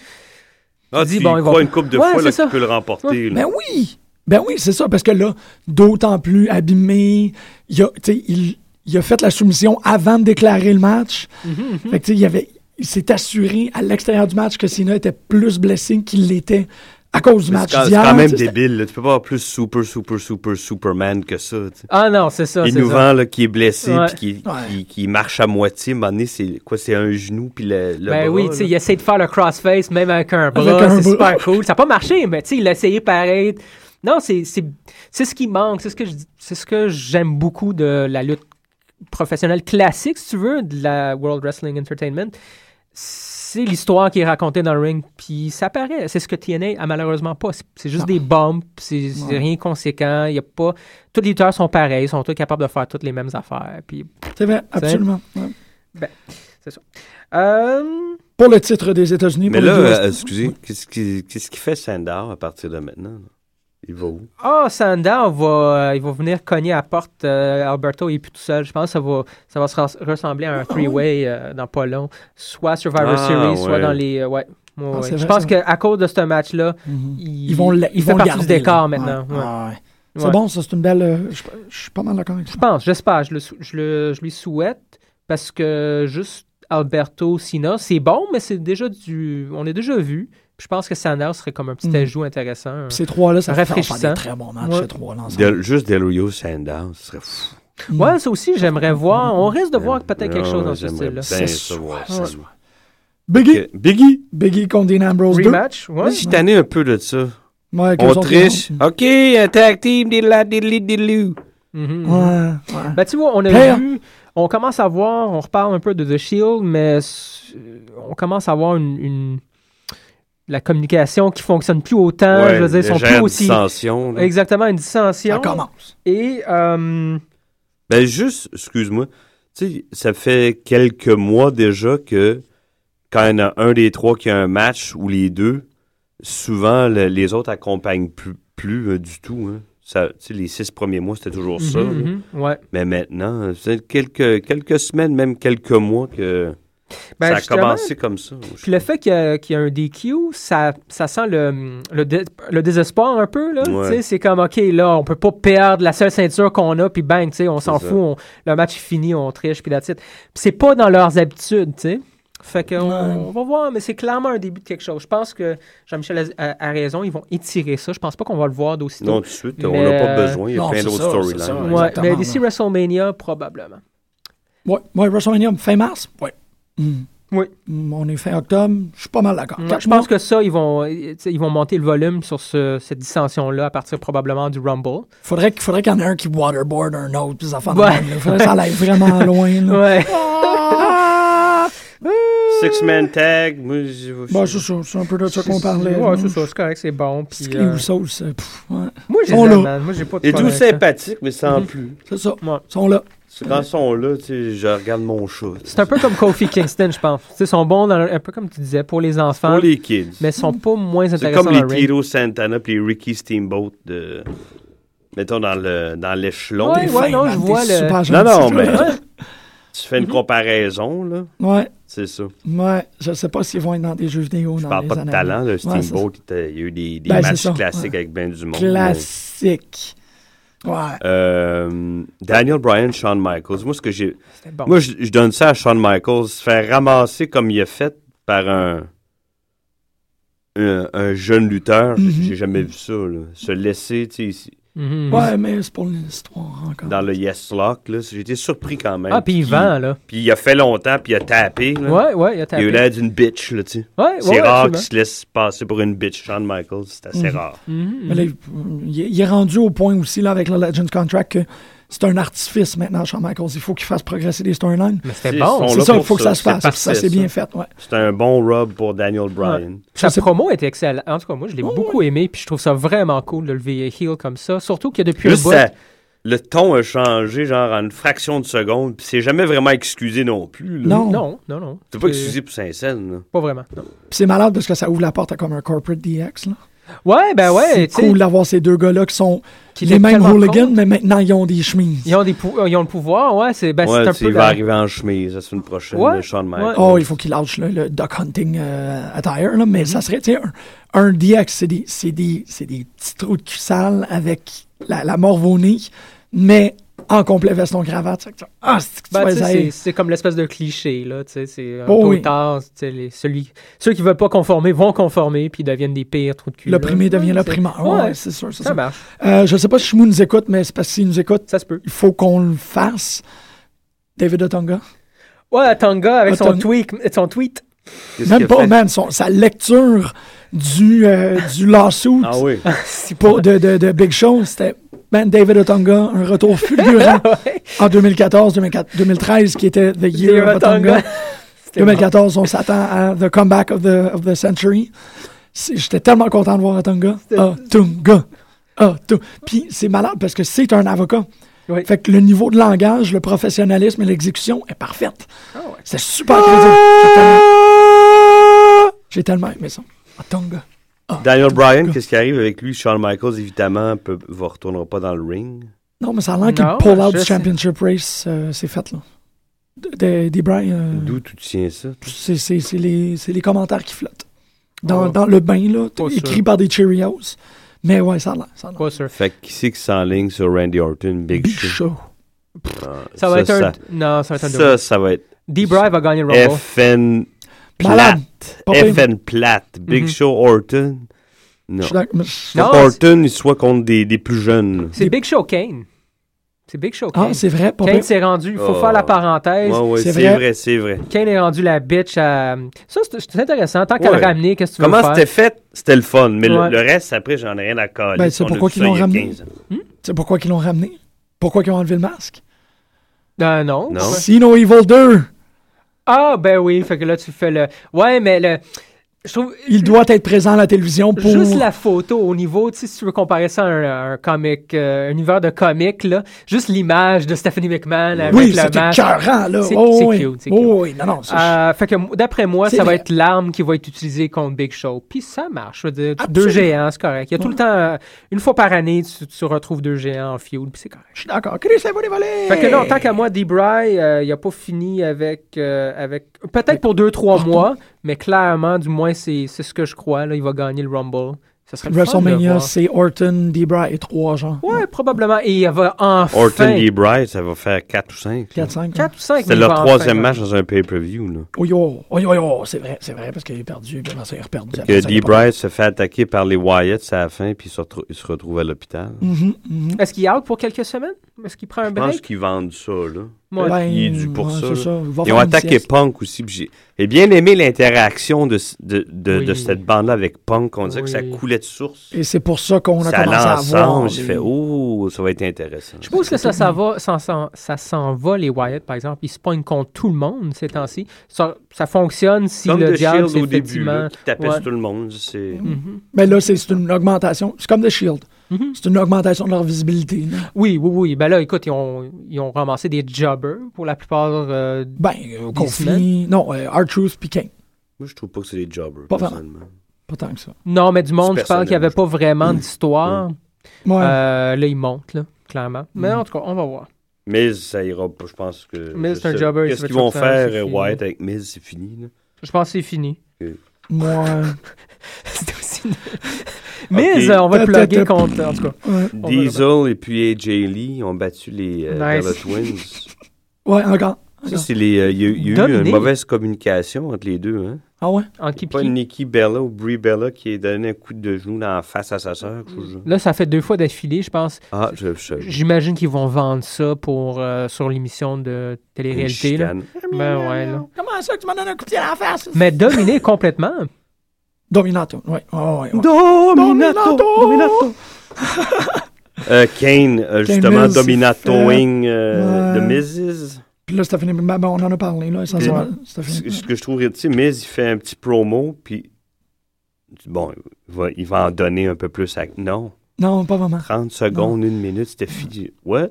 Speaker 6: Ah,
Speaker 5: dis,
Speaker 6: tu
Speaker 5: bon,
Speaker 6: y
Speaker 5: il va-
Speaker 6: crois une coupe de
Speaker 5: Ouais,
Speaker 6: fois
Speaker 5: c'est
Speaker 6: là,
Speaker 5: ça.
Speaker 6: qu'il peut le remporter. là.
Speaker 4: Ben oui! Ben oui, c'est ça, parce que là, d'autant plus abîmé, il a, tu sais, il, il a fait la soumission avant de déclarer le match.
Speaker 6: Mm-hmm,
Speaker 4: Fait que, tu sais, il, avait- il s'est assuré à l'extérieur du match que Cena était plus blessé qu'il l'était à cause du
Speaker 6: Mais
Speaker 4: match
Speaker 6: C'est quand, c'est
Speaker 4: d'hier.
Speaker 5: ah,
Speaker 6: quand même
Speaker 4: tu sais,
Speaker 6: débile. là. Tu peux pas avoir plus super, super, super, Superman que ça. tu sais.
Speaker 5: Ah non, c'est ça.
Speaker 6: il
Speaker 5: c'est
Speaker 6: nous
Speaker 5: ça.
Speaker 6: vend là, qui est blessé
Speaker 5: Ouais.
Speaker 6: puis qui, qui- qui marche à moitié. À un moment donné, c'est quoi C'est un genou puis le, le
Speaker 5: Ben
Speaker 6: bras,
Speaker 5: oui,
Speaker 6: là.
Speaker 5: tu sais, il essaie de faire le crossface même avec un bras,
Speaker 4: un
Speaker 5: c'est
Speaker 4: bras.
Speaker 5: super cool. Ça n'a pas marché, mais tu sais, il a essayé pareil. Non, c'est c'est- c'est ce qui manque, c'est ce que je dis- c'est ce que j'aime beaucoup de la lutte professionnelle classique, si tu veux, de la World Wrestling Entertainment. C'est l'histoire qui est racontée dans le ring, puis ça paraît. C'est ce que TNA a malheureusement pas. C'est- C'est juste des bombes, c'est c'est
Speaker 4: Ouais.
Speaker 5: rien conséquent. Il y a pas. Tous les lutteurs sont pareils, sont tous capables de faire toutes les mêmes affaires. Puis
Speaker 4: C'est vrai, absolument. ouais.
Speaker 5: ben, c'est ça. Euh,
Speaker 4: Pour le titre des États-Unis,
Speaker 6: Mais
Speaker 4: pour
Speaker 6: là,
Speaker 4: le
Speaker 6: euh,
Speaker 4: US.
Speaker 6: excusez, qu'est-ce qui- qu'est-ce qu'il fait Sandor à partir de maintenant là? Il va où
Speaker 5: Ah, Sandow va, euh, il va venir cogner à la porte. euh, Alberto il est plus tout seul. Je pense que ça va, ça va se res- ressembler à un three-way euh, dans pas long. Soit Survivor
Speaker 6: Ah,
Speaker 5: Series, soit
Speaker 6: ouais.
Speaker 5: dans les. euh, ouais. Ouais,
Speaker 4: Ah,
Speaker 5: ouais.
Speaker 4: c'est vrai,
Speaker 5: Je pense
Speaker 4: ça. Mhm.
Speaker 5: qu'à cause de ce match-là, il,
Speaker 4: Ils vont le-
Speaker 5: il
Speaker 4: ils
Speaker 5: fait
Speaker 4: vont le
Speaker 5: partie du
Speaker 4: garder, là.
Speaker 5: décor maintenant.
Speaker 4: Ouais, Ah.
Speaker 5: ouais.
Speaker 4: ouais. C'est
Speaker 5: Ouais.
Speaker 4: bon, ça, c'est une belle. euh, je je suis pas mal d'accord avec ça.
Speaker 5: Je pense, j'espère. Je, le sou- je, le- je lui souhaite parce que juste Alberto Sina, c'est bon, mais c'est déjà du. On est déjà vu. Puis je pense que Sandow serait comme un petit
Speaker 4: Mhm.
Speaker 5: ajout intéressant. un-
Speaker 4: Puis Ces trois-là, ça fait faire
Speaker 5: Rafraîchissant.
Speaker 4: des très bons matchs,
Speaker 5: Ouais.
Speaker 4: ces trois-là. ensemble.
Speaker 6: Del- Juste Del Rio Sandor, ce serait fou.
Speaker 5: Ouais, ça aussi, j'aimerais voir. On risque de voir peut-être quelque
Speaker 6: Ah,
Speaker 5: chose dans
Speaker 6: ouais,
Speaker 5: ce
Speaker 6: j'aimerais
Speaker 5: style-là.
Speaker 6: bien ça voir
Speaker 5: Ouais.
Speaker 6: ça.
Speaker 4: Biggie,
Speaker 6: Ok, Biggie,
Speaker 4: Biggie contre Dean Ambrose 2.
Speaker 5: Rematch, ouais.
Speaker 6: moi, je suis tanné un peu de ça.
Speaker 4: Ouais, que les
Speaker 6: On
Speaker 4: autres,
Speaker 6: triche. OK, un tag team, des la, des li, des lou. Ah.
Speaker 5: Mhm.
Speaker 4: non. Ouais, ouais.
Speaker 5: Ben, tu vois, on a
Speaker 4: Père.
Speaker 5: vu, on commence à voir, on reparle un peu de The Shield, mais s- euh, on commence à voir une, une- la communication qui fonctionne plus autant. Euh, je veux dire, ils sont plus aussi.
Speaker 6: Tension,
Speaker 5: Exactement, une dissension.
Speaker 4: Ça commence.
Speaker 5: Et, euh,
Speaker 6: Ben juste, excuse-moi, tu sais, ça fait quelques mois déjà que quand il y en a un des trois qui a un match ou les deux, souvent le- les autres accompagnent plus, plus euh, du tout. Hein. Ça, tu sais, les six premiers mois, c'était toujours ça. là.
Speaker 5: mhm, mhm, ouais.
Speaker 6: Mais maintenant, euh, c'est quelques, quelques semaines, même quelques mois que
Speaker 5: Ben,
Speaker 6: ça a
Speaker 5: justement,
Speaker 6: commencé comme ça.
Speaker 5: Puis le fait qu'il y a, qu'il y a un DQ, ça, ça sent le, le, dé- le désespoir un peu. là.
Speaker 6: Ouais.
Speaker 5: Tu sais, C'est comme, OK, là, on peut pas perdre la seule ceinture qu'on a, puis bang, tu sais, on s'en
Speaker 6: ça.
Speaker 5: fout, on- le match est fini, on triche, puis la titre. Puis c'est pas dans leurs habitudes, tu sais. Fait qu'on on va voir, mais c'est clairement un début de quelque chose. Je pense que Jean-Michel a, a- a raison, ils vont étirer ça. Je pense pas qu'on va le voir d'aussi
Speaker 6: Non,
Speaker 5: tôt.
Speaker 6: tout de suite, on n'a
Speaker 5: Mais,
Speaker 6: pas
Speaker 5: euh,
Speaker 6: besoin. Il y a
Speaker 4: non,
Speaker 6: plein
Speaker 4: c'est
Speaker 6: d'autres
Speaker 4: ça, c'est ça, ouais.
Speaker 6: storylines.
Speaker 5: Ouais,
Speaker 4: Exactement,
Speaker 5: mais d'ici WrestleMania, probablement.
Speaker 4: Ouais, ouais, WrestleMania, fin mars. Ouais. Mm.
Speaker 5: Oui.
Speaker 4: Mm, On est fin octobre. Je suis pas mal d'accord.
Speaker 5: Ouais,
Speaker 4: Quatre
Speaker 5: je
Speaker 4: mois.
Speaker 5: pense que ça, ils vont, euh, tu sais, ils vont monter le volume sur ce- cette dissension-là à partir probablement du Rumble.
Speaker 4: Faudrait, qu'il- faudrait qu'il y en ait un qui waterboard un autre. Puis ça fait
Speaker 5: Ouais.
Speaker 4: Il faudrait que ça aille
Speaker 6: [LAUGHS]
Speaker 4: vraiment loin. là.
Speaker 5: Ouais.
Speaker 6: Six-man tag, moi, je-
Speaker 4: Bon, c'est ça. C'est un peu de ça qu'on parlait.
Speaker 5: Ouais,
Speaker 4: là.
Speaker 5: c'est ça, c'est correct, c'est bon. Puis,
Speaker 4: Ski
Speaker 5: euh,
Speaker 4: ou sauce. euh, pff, ouais.
Speaker 5: moi, j'ai
Speaker 4: sont là.
Speaker 5: Moi, j'ai pas de
Speaker 6: Il est tout
Speaker 5: problème avec ça.
Speaker 6: sympathique, mais sans
Speaker 5: Mm-hmm.
Speaker 6: plus.
Speaker 4: C'est ça.
Speaker 5: Ouais.
Speaker 4: Ils sont là.
Speaker 6: Quand ils sont là, tu sais, je regarde mon chat.
Speaker 5: C'est un peu comme Kofi Kingston, je pense. Tu sais, Ils sont bons, dans le- un peu comme tu disais, pour les enfants,
Speaker 6: Pour les kids.
Speaker 5: mais ils sont pas moins
Speaker 6: C'est
Speaker 5: intéressants
Speaker 6: comme
Speaker 5: dans
Speaker 6: les
Speaker 5: le ring.
Speaker 6: Tito Santana puis les Ricky Steamboat de. Mettons dans le dans l'échelon.
Speaker 5: Ouais, ouais, non, je vois le-
Speaker 6: Non, non, mais.
Speaker 4: mais.
Speaker 6: Tu
Speaker 5: Mhm.
Speaker 6: fais une comparaison, là.
Speaker 4: Ouais.
Speaker 6: C'est ça.
Speaker 4: Ouais, je sais pas s'ils vont être dans des jeux vidéo.
Speaker 6: Je parle pas de talent, le Steamboat, il était- il y a eu des, des
Speaker 4: Ben, c'est
Speaker 6: matchs
Speaker 4: ça,
Speaker 6: classiques
Speaker 4: ouais.
Speaker 6: avec ben du monde.
Speaker 4: Classique. Ouais.
Speaker 6: Euh, Daniel Bryan, Shawn Michaels. Moi, ce que j'ai.
Speaker 4: bon.
Speaker 6: Moi, je, je donne ça à Shawn Michaels. Se faire ramasser comme il a fait par un. Un, un jeune lutteur, J'ai-
Speaker 5: Mm-hmm.
Speaker 4: Mhm.
Speaker 6: j'ai jamais vu ça. là. Se laisser, tu sais, ici,
Speaker 5: Mhm.
Speaker 4: Ouais, mais c'est pour l'histoire encore.
Speaker 6: Mm-hmm. dans le Yes Lock, là. j'ai été surpris quand même.
Speaker 5: Ah, puis il vend, là.
Speaker 6: Puis il a fait longtemps, puis il a tapé. là.
Speaker 5: Ouais, ouais, il a tapé.
Speaker 6: Il a eu l'air d'une bitch, là, tu sais.
Speaker 5: Ouais, ouais,
Speaker 6: c'est
Speaker 5: ouais,
Speaker 6: rare
Speaker 5: absolument. Mm-hmm.
Speaker 6: qu'il se laisse passer pour une bitch. Shawn Michaels, c'est assez
Speaker 4: Mhm.
Speaker 6: rare.
Speaker 4: Mais là, il- il, est- il est rendu au point aussi là, avec le Legends Contract que c'est un artifice maintenant, Shawn Michaels. Il faut qu'il fasse progresser les storylines.
Speaker 5: Mais
Speaker 6: C'est- ils sont
Speaker 4: C'est
Speaker 6: là
Speaker 4: ça, il
Speaker 6: pour
Speaker 4: faut que ça se fasse.
Speaker 6: parfait,
Speaker 4: ça, c'est bien fait. Ouais.
Speaker 6: C'est un bon rub pour Daniel Bryan.
Speaker 5: Sa promo était excellente. En tout cas, moi, je l'ai beaucoup aimé, puis je trouve ça vraiment cool de lever heel comme ça. Surtout que depuis
Speaker 6: Juste
Speaker 5: un bout...
Speaker 6: ça- le ton a changé, genre, en une fraction de seconde, puis c'est jamais vraiment excusé non plus. là.
Speaker 4: Non.
Speaker 5: Non, non, non.
Speaker 6: T'es pas
Speaker 5: C'est-
Speaker 6: excusé pour Saint-Saëns, là.
Speaker 5: Pas vraiment, non.
Speaker 4: Puis c'est malade parce que ça ouvre la porte à comme un corporate DX. Là.
Speaker 5: Ouais, ben ouais,
Speaker 4: c'est
Speaker 5: tu sais,
Speaker 4: cool d'avoir ces deux gars-là qui sont
Speaker 5: Qui
Speaker 4: les
Speaker 5: lèvent
Speaker 4: mêmes
Speaker 5: tellement
Speaker 4: hooligans, mais maintenant ils ont des chemises.
Speaker 5: ils ont, des pou- ils ont le pouvoir, ouais, c'est ben, c'est
Speaker 6: ouais,
Speaker 5: un
Speaker 6: tu sais,
Speaker 5: peu...
Speaker 6: il va
Speaker 5: la-
Speaker 6: arriver en chemise la semaine prochaine,
Speaker 5: Ouais,
Speaker 6: le Shawn
Speaker 5: ouais.
Speaker 6: Michaels.
Speaker 4: Oh, il faut qu'ils lâchent le, le duck hunting euh, attire, là, mais
Speaker 5: Mhm.
Speaker 4: ça serait, tu sais, un, un DX, c'est des, c'est des, c'est des petits trous de cul sales avec la, la morve au nez, mais en complet veston cravate. Ça fait que tu- Ah, c'est que tu
Speaker 5: Ben,
Speaker 4: vas
Speaker 5: tu sais,
Speaker 4: les haïr.
Speaker 5: c'est- c'est comme l'espèce de cliché, là, tu sais, c'est un
Speaker 4: Oh,
Speaker 5: tôt ou
Speaker 4: oui.
Speaker 5: tard, tu sais, les, celui, ceux qui veulent pas conformer vont conformer, puis ils deviennent des pires trous de cul. là.
Speaker 4: L'opprimé devient
Speaker 5: Ouais,
Speaker 4: l'opprimeur.
Speaker 5: c'est-
Speaker 4: Ouais, ouais, c'est sûr, c'est
Speaker 5: Ça
Speaker 4: sûr.
Speaker 5: marche.
Speaker 4: Euh, je sais pas si Chimou nous écoute, mais c'est parce qu'il nous écoute.
Speaker 5: Ça se peut.
Speaker 4: Il faut qu'on le fasse. David Otonga.
Speaker 5: Ouais, Tonga avec son,
Speaker 4: Otong-
Speaker 5: tweak- son tweet. [LAUGHS]
Speaker 6: Qu'est-ce qu'il
Speaker 4: Même
Speaker 6: a
Speaker 4: pas,
Speaker 6: fait?
Speaker 4: man, son- sa lecture du, euh, du lawsuit
Speaker 6: Ah oui.
Speaker 4: pour- de, de- de Big Show, c'était man, David Otonga, un retour [LAUGHS] fulgurant en 2014-2013 qui était The Year of
Speaker 5: [LAUGHS]
Speaker 4: Otonga. 2014, on s'attend à The Comeback of the, of the Century. C'est- J'étais tellement content de voir Otonga. Otonga. Oto- Puis c'est malade parce que c'est un avocat.
Speaker 5: Oui.
Speaker 4: Fait que le niveau de langage, le professionnalisme et l'exécution est parfaite. C'est super crédible. J'ai tellement- J'ai tellement aimé ça. Otonga.
Speaker 6: Daniel Bryan, qu'est-ce qui arrive avec lui? Shawn Michaels, évidemment, peut, va retournera pas dans le ring.
Speaker 4: Non, mais ça a l'air qu'il
Speaker 5: Non,
Speaker 4: pull out
Speaker 5: je
Speaker 4: du
Speaker 5: sais.
Speaker 4: championship race. euh, c'est fait, là. De- de- Des Brian.
Speaker 5: Hmm.
Speaker 4: euh,
Speaker 6: D'où tu tiens ça?
Speaker 4: c'est c'est- c'est les, c'est les commentaires qui flottent. Dans,
Speaker 5: Ouais.
Speaker 4: dans le bain, là,
Speaker 5: Ah. Pas sûr.
Speaker 4: écrit par des Cheerios. Mais ouais, ça a l'air. Ça, a l'air.
Speaker 5: Pas sûr.
Speaker 6: Fait que qui c'est qui s'enligne sur Randy Orton, Big
Speaker 4: Big Show.
Speaker 6: Show? Ah,
Speaker 5: Ça va être un.
Speaker 6: ça,
Speaker 5: Non, ça va être un
Speaker 6: ça, ça va être
Speaker 5: D-Brive va gagner le Rumble.
Speaker 6: FN
Speaker 4: Malade.
Speaker 6: plate.
Speaker 4: Pas pire.
Speaker 6: FN plate. Big
Speaker 5: Mhm.
Speaker 6: Show, Orton.
Speaker 4: Je
Speaker 6: Non.
Speaker 4: suis d'accord, mais je-
Speaker 5: Non,
Speaker 6: Faut qu'Orton, il soit contre des, des plus jeunes.
Speaker 5: C'est Big Show Kane. C'est Big Show Kane.
Speaker 4: Ah, c'est vrai. Pas
Speaker 5: Kane
Speaker 4: pire.
Speaker 5: s'est rendu. Il faut
Speaker 6: Oh.
Speaker 5: faire la parenthèse.
Speaker 6: Ouais, ouais,
Speaker 4: c'est
Speaker 6: c'est
Speaker 4: vrai.
Speaker 6: vrai, c'est vrai.
Speaker 5: Kane est rendu la bitch à. Ça, c'est c'est intéressant. Tant qu'à
Speaker 6: Ouais.
Speaker 5: le ramener, qu'est-ce que tu veux
Speaker 6: Comment
Speaker 5: faire?
Speaker 6: c'était fait, c'était le fun. Mais le-
Speaker 5: Ouais.
Speaker 6: le, reste, après, j'en ai rien à coller.
Speaker 4: Ben, c'est
Speaker 6: On a
Speaker 4: pourquoi
Speaker 6: vu
Speaker 4: qu'ils
Speaker 6: ça
Speaker 4: l'ont
Speaker 6: il y a
Speaker 4: ramené.
Speaker 6: 15 ans.
Speaker 4: C'est pourquoi ils l'ont ramené. Pourquoi ils ont enlevé le masque.
Speaker 5: Euh, non.
Speaker 6: Non.
Speaker 4: Sino Evil 2,
Speaker 5: Ah, ben oui. Fait que là, tu fais le. Ouais, mais le. Je trouve.
Speaker 4: il doit être présent à la télévision pour.
Speaker 5: Juste la photo au niveau, tu sais, si tu veux comparer ça à un, un comic, euh, un univers de comic, là, juste l'image de Stephanie McMahon avec
Speaker 4: oui,
Speaker 5: le
Speaker 4: c'était
Speaker 5: masque.
Speaker 4: écœurant, là.
Speaker 5: C'est-
Speaker 4: Oh,
Speaker 5: c'est
Speaker 4: oui.
Speaker 5: cute, c'est
Speaker 4: Oh,
Speaker 5: cute.
Speaker 4: oui, non, non. c'est-
Speaker 5: Euh, fait que m- d'après moi,
Speaker 4: C'est
Speaker 5: ça va
Speaker 4: vrai.
Speaker 5: être l'arme qui va être utilisée contre Big Show. Puis ça marche. Je veux dire, tu-
Speaker 4: Absolument.
Speaker 5: deux géants, c'est correct. Il y a tout le temps, euh, une fois par année, tu, tu retrouves deux géants en feud, puis c'est correct.
Speaker 4: Je suis d'accord. Chris, elle va les voler.
Speaker 5: Fait que non, tant qu'à moi, Debray, euh, il a pas fini avec. euh, avec Peut-être pour deux, trois mois, mais clairement, du moins, c'est c'est ce que je crois. Là, il va gagner le Rumble. Ça serait le fun de le
Speaker 4: WrestleMania,
Speaker 5: voir.
Speaker 4: c'est Orton, Debra et trois gens.
Speaker 5: Ouais, probablement. Et il va enfin.
Speaker 6: Orton et Bryce, ça va faire 4 ou 5.
Speaker 4: 4-5.
Speaker 5: 4 ou 5
Speaker 6: C'était leur troisième match dans un pay-per-view. là.
Speaker 4: Oh yo, oh yo, yo, c'est vrai, c'est vrai, parce qu'il a perdu, puis après ça, il a reperdu. après
Speaker 6: Que
Speaker 4: Ah, ça, il a
Speaker 6: Dee
Speaker 4: perdu.
Speaker 6: Bryce se fait attaquer par les Wyatt à la fin, puis il se, retrou- il se retrouve à l'hôpital.
Speaker 4: Mhm, mhm.
Speaker 5: Est-ce qu'il est out pour quelques semaines? Est-ce qu'il prend un
Speaker 6: Je pense
Speaker 5: break?
Speaker 6: qu'ils vendent ça, là.
Speaker 5: Ouais.
Speaker 4: Ben,
Speaker 6: Il est dû pour
Speaker 4: ouais,
Speaker 6: ça,
Speaker 4: c'est
Speaker 6: là.
Speaker 4: il va
Speaker 6: Ils
Speaker 4: faire
Speaker 6: ont
Speaker 4: une
Speaker 6: attaqué
Speaker 4: sieste.
Speaker 6: Punk aussi. puis J'ai j'ai bien aimé l'interaction de, c- de, de, de
Speaker 5: Oui.
Speaker 6: cette bande-là avec Punk. On dirait que ça
Speaker 5: Oui.
Speaker 6: coulait de source.
Speaker 4: Et c'est pour ça qu'on a
Speaker 6: ça
Speaker 4: commencé à voir.
Speaker 6: l'ensemble. J'ai fait « Oh, ça va être intéressant. »
Speaker 5: Je pense que ça, s'en va, ça, s'en- ça s'en va, les Wyatt, par exemple. Ils se pognent contre tout le monde ces temps-ci. Ça, ça fonctionne si
Speaker 6: Comme
Speaker 5: le
Speaker 6: The
Speaker 5: diable,
Speaker 6: Shield
Speaker 5: c'est
Speaker 6: au début,
Speaker 5: effectivement...
Speaker 6: là, qui tapait
Speaker 5: Ouais.
Speaker 6: sur tout le monde. C'est...
Speaker 5: Mhm.
Speaker 4: Mais là, c'est c'est une augmentation. C'est comme The Shield. C'est une augmentation de leur visibilité. là.
Speaker 5: Oui, oui, oui. Ben là, écoute, ils ont, ils ont ramassé des jobbers pour la plupart. euh,
Speaker 4: Ben, euh,
Speaker 5: Des
Speaker 4: conflit. Non, R-Truth puis Kane.
Speaker 6: Moi, je trouve pas que c'est des jobbers,
Speaker 4: Pas
Speaker 6: personnellement.
Speaker 4: Pas tant que ça.
Speaker 5: Non, mais du monde,
Speaker 6: C'est
Speaker 5: je parle qu'il n'y avait
Speaker 6: personnel,
Speaker 5: pas vraiment d'histoire.
Speaker 4: Ouais. Mm.
Speaker 5: Euh, là, ils montent, là, clairement. Mais en tout cas, on va voir.
Speaker 6: Miz, ça ira pas, je pense que.
Speaker 5: Miz,
Speaker 6: je
Speaker 5: c'est un
Speaker 6: sais-
Speaker 5: jobber, il se
Speaker 6: Qu'est-ce
Speaker 5: fait
Speaker 6: qu'ils vont
Speaker 5: choper, c'est
Speaker 6: faire,
Speaker 5: fini.
Speaker 6: White, avec Miz, c'est fini, là.
Speaker 5: Je pense que c'est fini.
Speaker 6: Ok.
Speaker 4: Moi. euh,
Speaker 5: C'était aussi. nul. Miz, on va le
Speaker 6: Peut-être,
Speaker 5: plugger
Speaker 6: euh,
Speaker 5: contre. En tout cas. On va le-
Speaker 6: Diesel et puis AJ Lee ont battu les euh,
Speaker 5: Nice. Ah,
Speaker 6: Bella
Speaker 5: [LAUGHS]
Speaker 6: Twins.
Speaker 4: Ouais, encore.
Speaker 6: Ça, c'est les. euh, Il y a, eu- il y a eu
Speaker 5: Dominique.
Speaker 6: une mauvaise communication entre les deux, hein.
Speaker 4: Ah ouais?
Speaker 5: En qui
Speaker 6: Pas
Speaker 5: qui?
Speaker 6: Nikki Bella ou Brie Bella qui a donné un coup de genou dans la face à sa sœur. quelque chose du genre.
Speaker 5: Là, ça fait deux fois d'affilée, je pense.
Speaker 6: Ah, je je savais.
Speaker 5: J'imagine qu'ils vont vendre ça pour, euh, sur l'émission de télé-réalité.
Speaker 6: Une
Speaker 5: là. Ben ouais, là.
Speaker 4: Comment ça que tu m'as donné un coup de pied à la face?
Speaker 5: Mais dominé [LAUGHS] complètement.
Speaker 4: Dominato, oui. Oh, ouais, ouais.
Speaker 5: Dominato!
Speaker 4: Dominato!
Speaker 6: Euh, Kane,
Speaker 4: Kane
Speaker 6: euh, justement,
Speaker 4: Miz,
Speaker 6: dominatoing euh,
Speaker 4: ouais.
Speaker 6: de Miz's.
Speaker 4: Puis là, c'était fini. Ben, ben, on en a parlé, là,
Speaker 6: Puis,
Speaker 4: essentiellement. C'était
Speaker 6: ce
Speaker 4: fini.
Speaker 6: ce que je trouve, tu sais, Miz, il fait un petit promo, puis bon, il va, il va en donner un peu plus. À... Non,
Speaker 4: Non, pas vraiment.
Speaker 6: 30 secondes, une minute, c'était fini. What?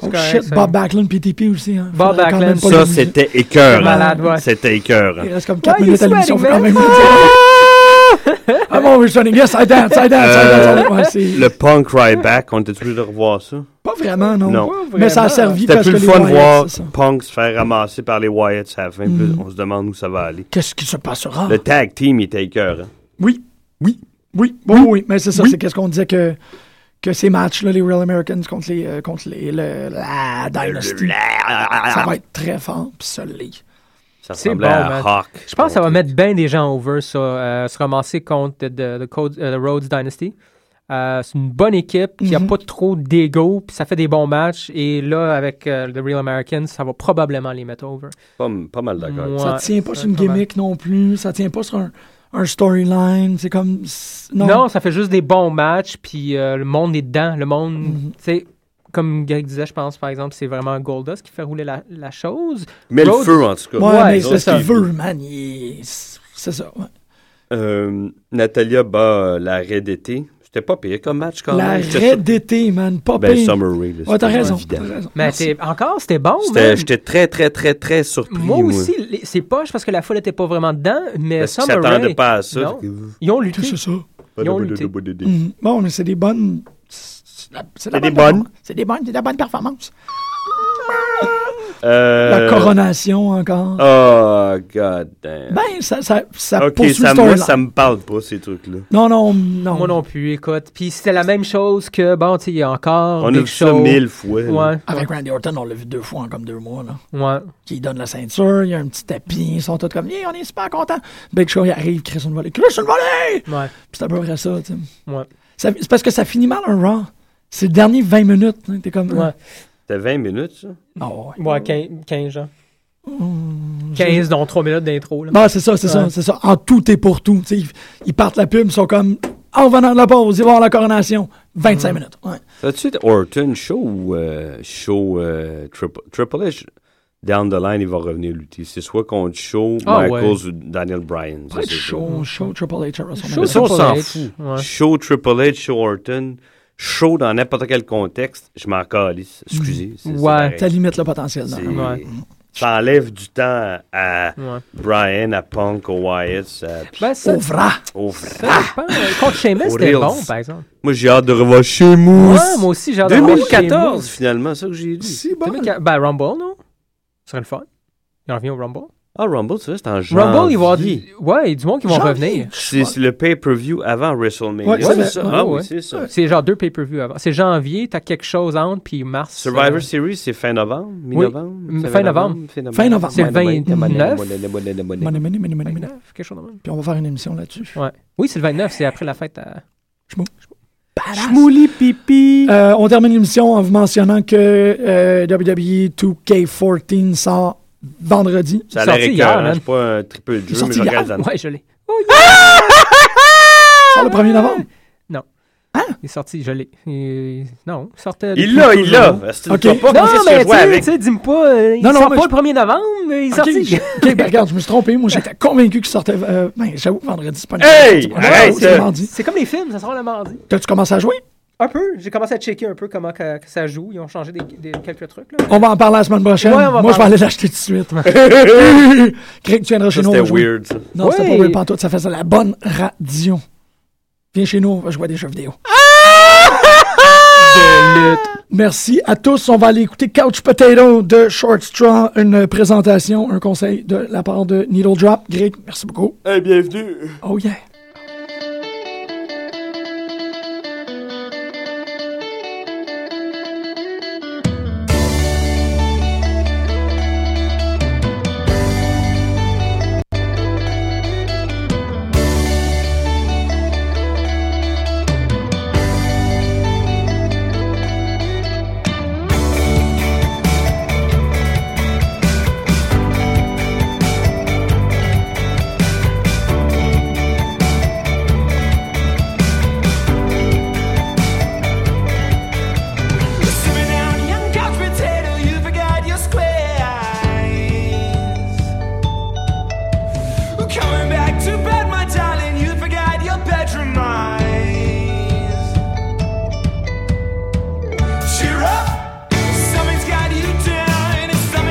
Speaker 4: Oh
Speaker 5: correct,
Speaker 4: shit,
Speaker 5: ça.
Speaker 4: Bob Backlund, PTP aussi. Hein.
Speaker 5: Bob
Speaker 4: Faudrait quand
Speaker 5: Backlund.
Speaker 4: même pas
Speaker 6: Ça,
Speaker 4: l'oublier.
Speaker 6: c'était
Speaker 4: C'est
Speaker 6: écœurant.
Speaker 4: malade,
Speaker 5: ouais.
Speaker 6: C'était écœurant.
Speaker 4: [LAUGHS] Il reste comme 4
Speaker 5: Why
Speaker 4: minutes à
Speaker 5: you
Speaker 4: l'émission, faut
Speaker 5: sweating,
Speaker 4: quand
Speaker 5: [LAUGHS]
Speaker 4: même le dire. Ah, I'm always running. Yes, I dance, I dance, I dance. I dance. Ouais, c'est-
Speaker 6: Le punk right back, on était tous de revoir ça.
Speaker 4: Pas vraiment, non.
Speaker 6: Non.
Speaker 4: Mais ça a servi
Speaker 6: C'était
Speaker 4: parce
Speaker 6: plus
Speaker 4: que
Speaker 6: le
Speaker 4: les
Speaker 6: fun de
Speaker 4: Wyatts,
Speaker 6: voir
Speaker 4: c'est ça.
Speaker 6: Punk se faire ramasser par les Wyatts à la fin. puis là,
Speaker 4: Mhm. Ah.
Speaker 6: On se demande où ça va aller.
Speaker 4: Qu'est-ce qui se passera?
Speaker 6: Le tag team il était écœurant.
Speaker 4: Oui. Oui. Oui. Oui, oui, mais c'est ça. C'est qu'est-ce qu'on disait que, que ces matchs-là, les Real Americans contre les, euh, contre les, le- la Dynasty, ça va être très fort, pis ça l'est.
Speaker 6: Ça
Speaker 5: C'est
Speaker 6: ressemblait
Speaker 5: bon,
Speaker 6: à
Speaker 5: man.
Speaker 6: Hawk.
Speaker 5: Je pense que ça va mettre bien des gens over, ça, euh, se ramasser contre The, the Code- euh, the Rhodes Dynasty. Euh, c'est une bonne équipe qui n'a
Speaker 4: Mhm.
Speaker 5: pas trop d'ego, puis ça fait des bons matchs. Et là, avec euh, The Real Americans, ça va probablement les mettre over.
Speaker 6: Pas, pas mal d'accord.
Speaker 5: Moi-
Speaker 4: Ça
Speaker 5: Ouais,
Speaker 4: tient pas
Speaker 5: ça,
Speaker 4: sur une
Speaker 5: pas mal.
Speaker 4: gimmick non plus, ça tient pas sur un, un storyline, c'est comme... c'est-
Speaker 5: Non.
Speaker 4: Non,
Speaker 5: ça fait juste des bons matchs, puis euh, le monde est dedans. Le monde,
Speaker 6: Mhm.
Speaker 5: tu sais, comme Greg disait, je pense, par exemple, c'est vraiment Goldust qui fait rouler la, la chose.
Speaker 6: Mais le
Speaker 5: Rhodes-
Speaker 6: feu, en tout cas.
Speaker 4: Ouais, mais c'est
Speaker 6: Rhodes
Speaker 4: ce qu'il
Speaker 6: qui-
Speaker 4: veut, man. il- C'est ça, ouais.
Speaker 6: Euh, Natalia bat euh, la Red d'été. C'était pas pire comme match quand
Speaker 4: La
Speaker 6: même. C'était
Speaker 4: raide d'été, man, pas
Speaker 6: ça- Ben,
Speaker 4: pire.
Speaker 6: Summer Rae, là,
Speaker 4: Ouais, t'as
Speaker 6: c'était
Speaker 4: raison,
Speaker 6: évident.
Speaker 4: t'as raison.
Speaker 5: Mais
Speaker 4: Merci.
Speaker 5: c'est- encore, c'était bon,
Speaker 6: C'était-
Speaker 5: man.
Speaker 6: J'étais très, très, très, très surpris.
Speaker 5: Moi aussi, les- c'est poche parce que la foule n'était pas vraiment dedans, mais
Speaker 6: Parce qu'ils
Speaker 5: Summer
Speaker 6: s'attendaient
Speaker 5: Rae-
Speaker 6: pas à ça.
Speaker 5: non.
Speaker 6: fait que-
Speaker 5: Ils ont
Speaker 4: Tout
Speaker 5: lutté.
Speaker 4: c'est ça.
Speaker 5: Ils ont lutté.
Speaker 4: Mhm. Bon, mais c'est des bonnes... C'est c'est la- c'est la
Speaker 6: C'est des
Speaker 4: bonne
Speaker 6: bonnes.
Speaker 4: performance. C'est des bonnes, c'est de la bonne performance.
Speaker 6: Euh,
Speaker 4: La coronation encore.
Speaker 6: Oh, god damn.
Speaker 4: Ben, ça, ça, ça
Speaker 6: ok,
Speaker 4: poursuit
Speaker 6: ça,
Speaker 4: le
Speaker 6: moi,
Speaker 4: storyline.
Speaker 6: ça me parle pas, ces trucs-là.
Speaker 4: Non, non, non.
Speaker 5: Moi non plus, écoute. Puis c'était la même chose que, bon, tu sais, il y a encore.
Speaker 6: On a
Speaker 5: des
Speaker 6: vu ça
Speaker 5: shows.
Speaker 6: mille fois. là.
Speaker 5: Ouais,
Speaker 4: Avec Randy Orton, on l'a vu deux fois en comme deux mois, là.
Speaker 5: ouais.
Speaker 4: Qui donne la ceinture, il y a un petit tapis, ils sont tous comme, yeah, on est super contents. Big Show, il arrive, Chris une volée, Chris une volée! Puis
Speaker 5: Ouais,
Speaker 4: c'est à peu près ça, tu sais.
Speaker 5: ouais.
Speaker 4: Ça- C'est parce que ça finit mal un Raw. C'est le dernier 20 minutes, hein, t'es comme.
Speaker 5: Ouais.
Speaker 6: C'était 20 minutes, ça?
Speaker 4: Ah ouais.
Speaker 5: Ouais, 15, 15 genre.
Speaker 4: Mm.
Speaker 5: 15, dont 3 minutes d'intro. là.
Speaker 4: Non, c'est ça, c'est ça,
Speaker 5: Ouais.
Speaker 4: c'est ça. En tout et pour tout. tu sais, Ils, ils partent la pub, ils sont comme, en venant de la pause, ils vont à la coronation. 25 minutes. Ouais.
Speaker 6: As-tu été Orton show ou euh, show euh, Triple, Triple H? Down the line, il va revenir lutter. C'est soit contre Show,
Speaker 5: Ah, ouais.
Speaker 6: Michaels ou Daniel Bryan. ça,
Speaker 4: Peut-être
Speaker 6: c'est
Speaker 4: show, show Triple H à WrestleMania.
Speaker 5: Show,
Speaker 6: Mais ça, on
Speaker 5: Triple
Speaker 6: s'en
Speaker 5: H,
Speaker 6: fout.
Speaker 5: ouais.
Speaker 6: Show Triple H, Show Orton, show dans n'importe quel contexte, je m'en calisse. Excusez. c'est- c'est
Speaker 5: Ouais.
Speaker 6: pareil.
Speaker 4: Ça limite le potentiel. non,
Speaker 6: C'est-
Speaker 4: non.
Speaker 5: Ouais.
Speaker 6: Ça enlève du temps à
Speaker 5: Ouais.
Speaker 6: Brian, à Punk, au Wyatt, à-
Speaker 5: Ben, ça,
Speaker 4: Au vrai.
Speaker 6: au vrai.
Speaker 5: ça dépend.
Speaker 4: Ah!
Speaker 5: Contre Sheamus,
Speaker 6: Au
Speaker 5: c'était
Speaker 6: Reels.
Speaker 5: bon, par exemple.
Speaker 6: Moi, j'ai hâte de revoir chez Mousse.
Speaker 5: Ouais, moi aussi, j'ai hâte de voir
Speaker 6: 2014,
Speaker 5: Sheamus.
Speaker 6: finalement, c'est ça que j'ai dit.
Speaker 4: Si, bon.
Speaker 5: 2014. Ben, Rumble, non? Ce serait le fun. Il revient au Rumble.
Speaker 6: Ah, Rumble, c'est vrai, c'est en janvier.
Speaker 5: Rumble, il va y avoir du... Ouais, du monde qui vont
Speaker 4: Janvier.
Speaker 5: revenir.
Speaker 6: C'est c'est le pay-per-view avant WrestleMania.
Speaker 4: Ouais,
Speaker 6: c'est
Speaker 4: ouais,
Speaker 6: ça.
Speaker 4: ouais,
Speaker 6: ah
Speaker 5: ouais.
Speaker 6: oui, c'est ça.
Speaker 5: C'est genre deux pay-per-view avant. C'est janvier, t'as quelque chose entre, puis mars.
Speaker 6: Survivor
Speaker 5: euh,
Speaker 6: Series, c'est fin novembre, mi-novembre?
Speaker 5: Mm,
Speaker 6: c'est
Speaker 5: fin novembre.
Speaker 4: Fin novembre.
Speaker 5: C'est le
Speaker 4: Money, money, money, money, money.
Speaker 5: 29, quelque chose de même.
Speaker 4: Puis on va faire une émission là-dessus.
Speaker 5: Ouais. Oui, c'est le 29, c'est après la fête à...
Speaker 4: Badass.
Speaker 5: Mouli pipi!
Speaker 4: Euh, on termine l'émission en vous mentionnant que euh, WWE 2K14 sort vendredi.
Speaker 6: Ça a l'air
Speaker 5: Sorti
Speaker 6: écœurant,
Speaker 5: hier, man.
Speaker 6: hein, c'est pas un triple jeu, mais
Speaker 4: sorti
Speaker 6: je
Speaker 4: hier.
Speaker 6: regarde ça.
Speaker 5: Euh, Ouais, je l'ai. Oh, Ah!
Speaker 4: Sort le 1er novembre.
Speaker 5: Il est sorti, je l'ai. Il- Non, il sortait.
Speaker 6: Il
Speaker 5: depuis
Speaker 6: l'a,
Speaker 5: quelques
Speaker 6: il l'a!
Speaker 5: jours.
Speaker 6: Est-ce que
Speaker 4: Ok.
Speaker 6: tu
Speaker 5: Non,
Speaker 6: vois pas qu'est-ce que
Speaker 5: mais
Speaker 6: je vois
Speaker 5: tu sais,
Speaker 6: avec?
Speaker 5: tu sais, dis-moi pas. euh, Il
Speaker 4: Non, non,
Speaker 5: sort
Speaker 4: mais
Speaker 5: pas
Speaker 4: je-
Speaker 5: le 1er novembre, mais il est
Speaker 4: Ok,
Speaker 5: sorti.
Speaker 4: je- ok, ben regarde, je me suis trompé. Moi, j'étais convaincu qu'il sortait. euh, ben, j'avoue, vendredi, c'est pas une
Speaker 6: Hey,
Speaker 4: c'est pas une-
Speaker 6: arrête,
Speaker 4: c'est
Speaker 6: euh,
Speaker 4: mardi.
Speaker 5: [LAUGHS] C'est comme les films, ça sort le mardi.
Speaker 4: T'as-tu commencé à jouer?
Speaker 5: Un peu, j'ai commencé à checker un peu comment que, que ça joue. Ils ont changé des, des- quelques trucs. Là.
Speaker 4: On va en parler la semaine prochaine.
Speaker 5: Ouais, on va
Speaker 4: Moi, je vais
Speaker 5: parler.
Speaker 4: aller l'acheter tout de
Speaker 6: [LAUGHS]
Speaker 4: suite. Craig, tu viendras chez
Speaker 6: Ça,
Speaker 4: nous. on
Speaker 6: c'était
Speaker 4: va jouer.
Speaker 6: weird, ça.
Speaker 4: Non,
Speaker 5: Ouais.
Speaker 4: c'était pas weird pantoute. Ça faisait la bonne radio. Viens chez nous, on va jouer à des jeux vidéo.
Speaker 5: lutte.
Speaker 4: Merci à tous. On va aller écouter Couch Potato de Short Straw, une présentation, un conseil de la part de Needle Drop. Greg, merci beaucoup.
Speaker 6: Hey, bienvenue.
Speaker 4: Oh yeah.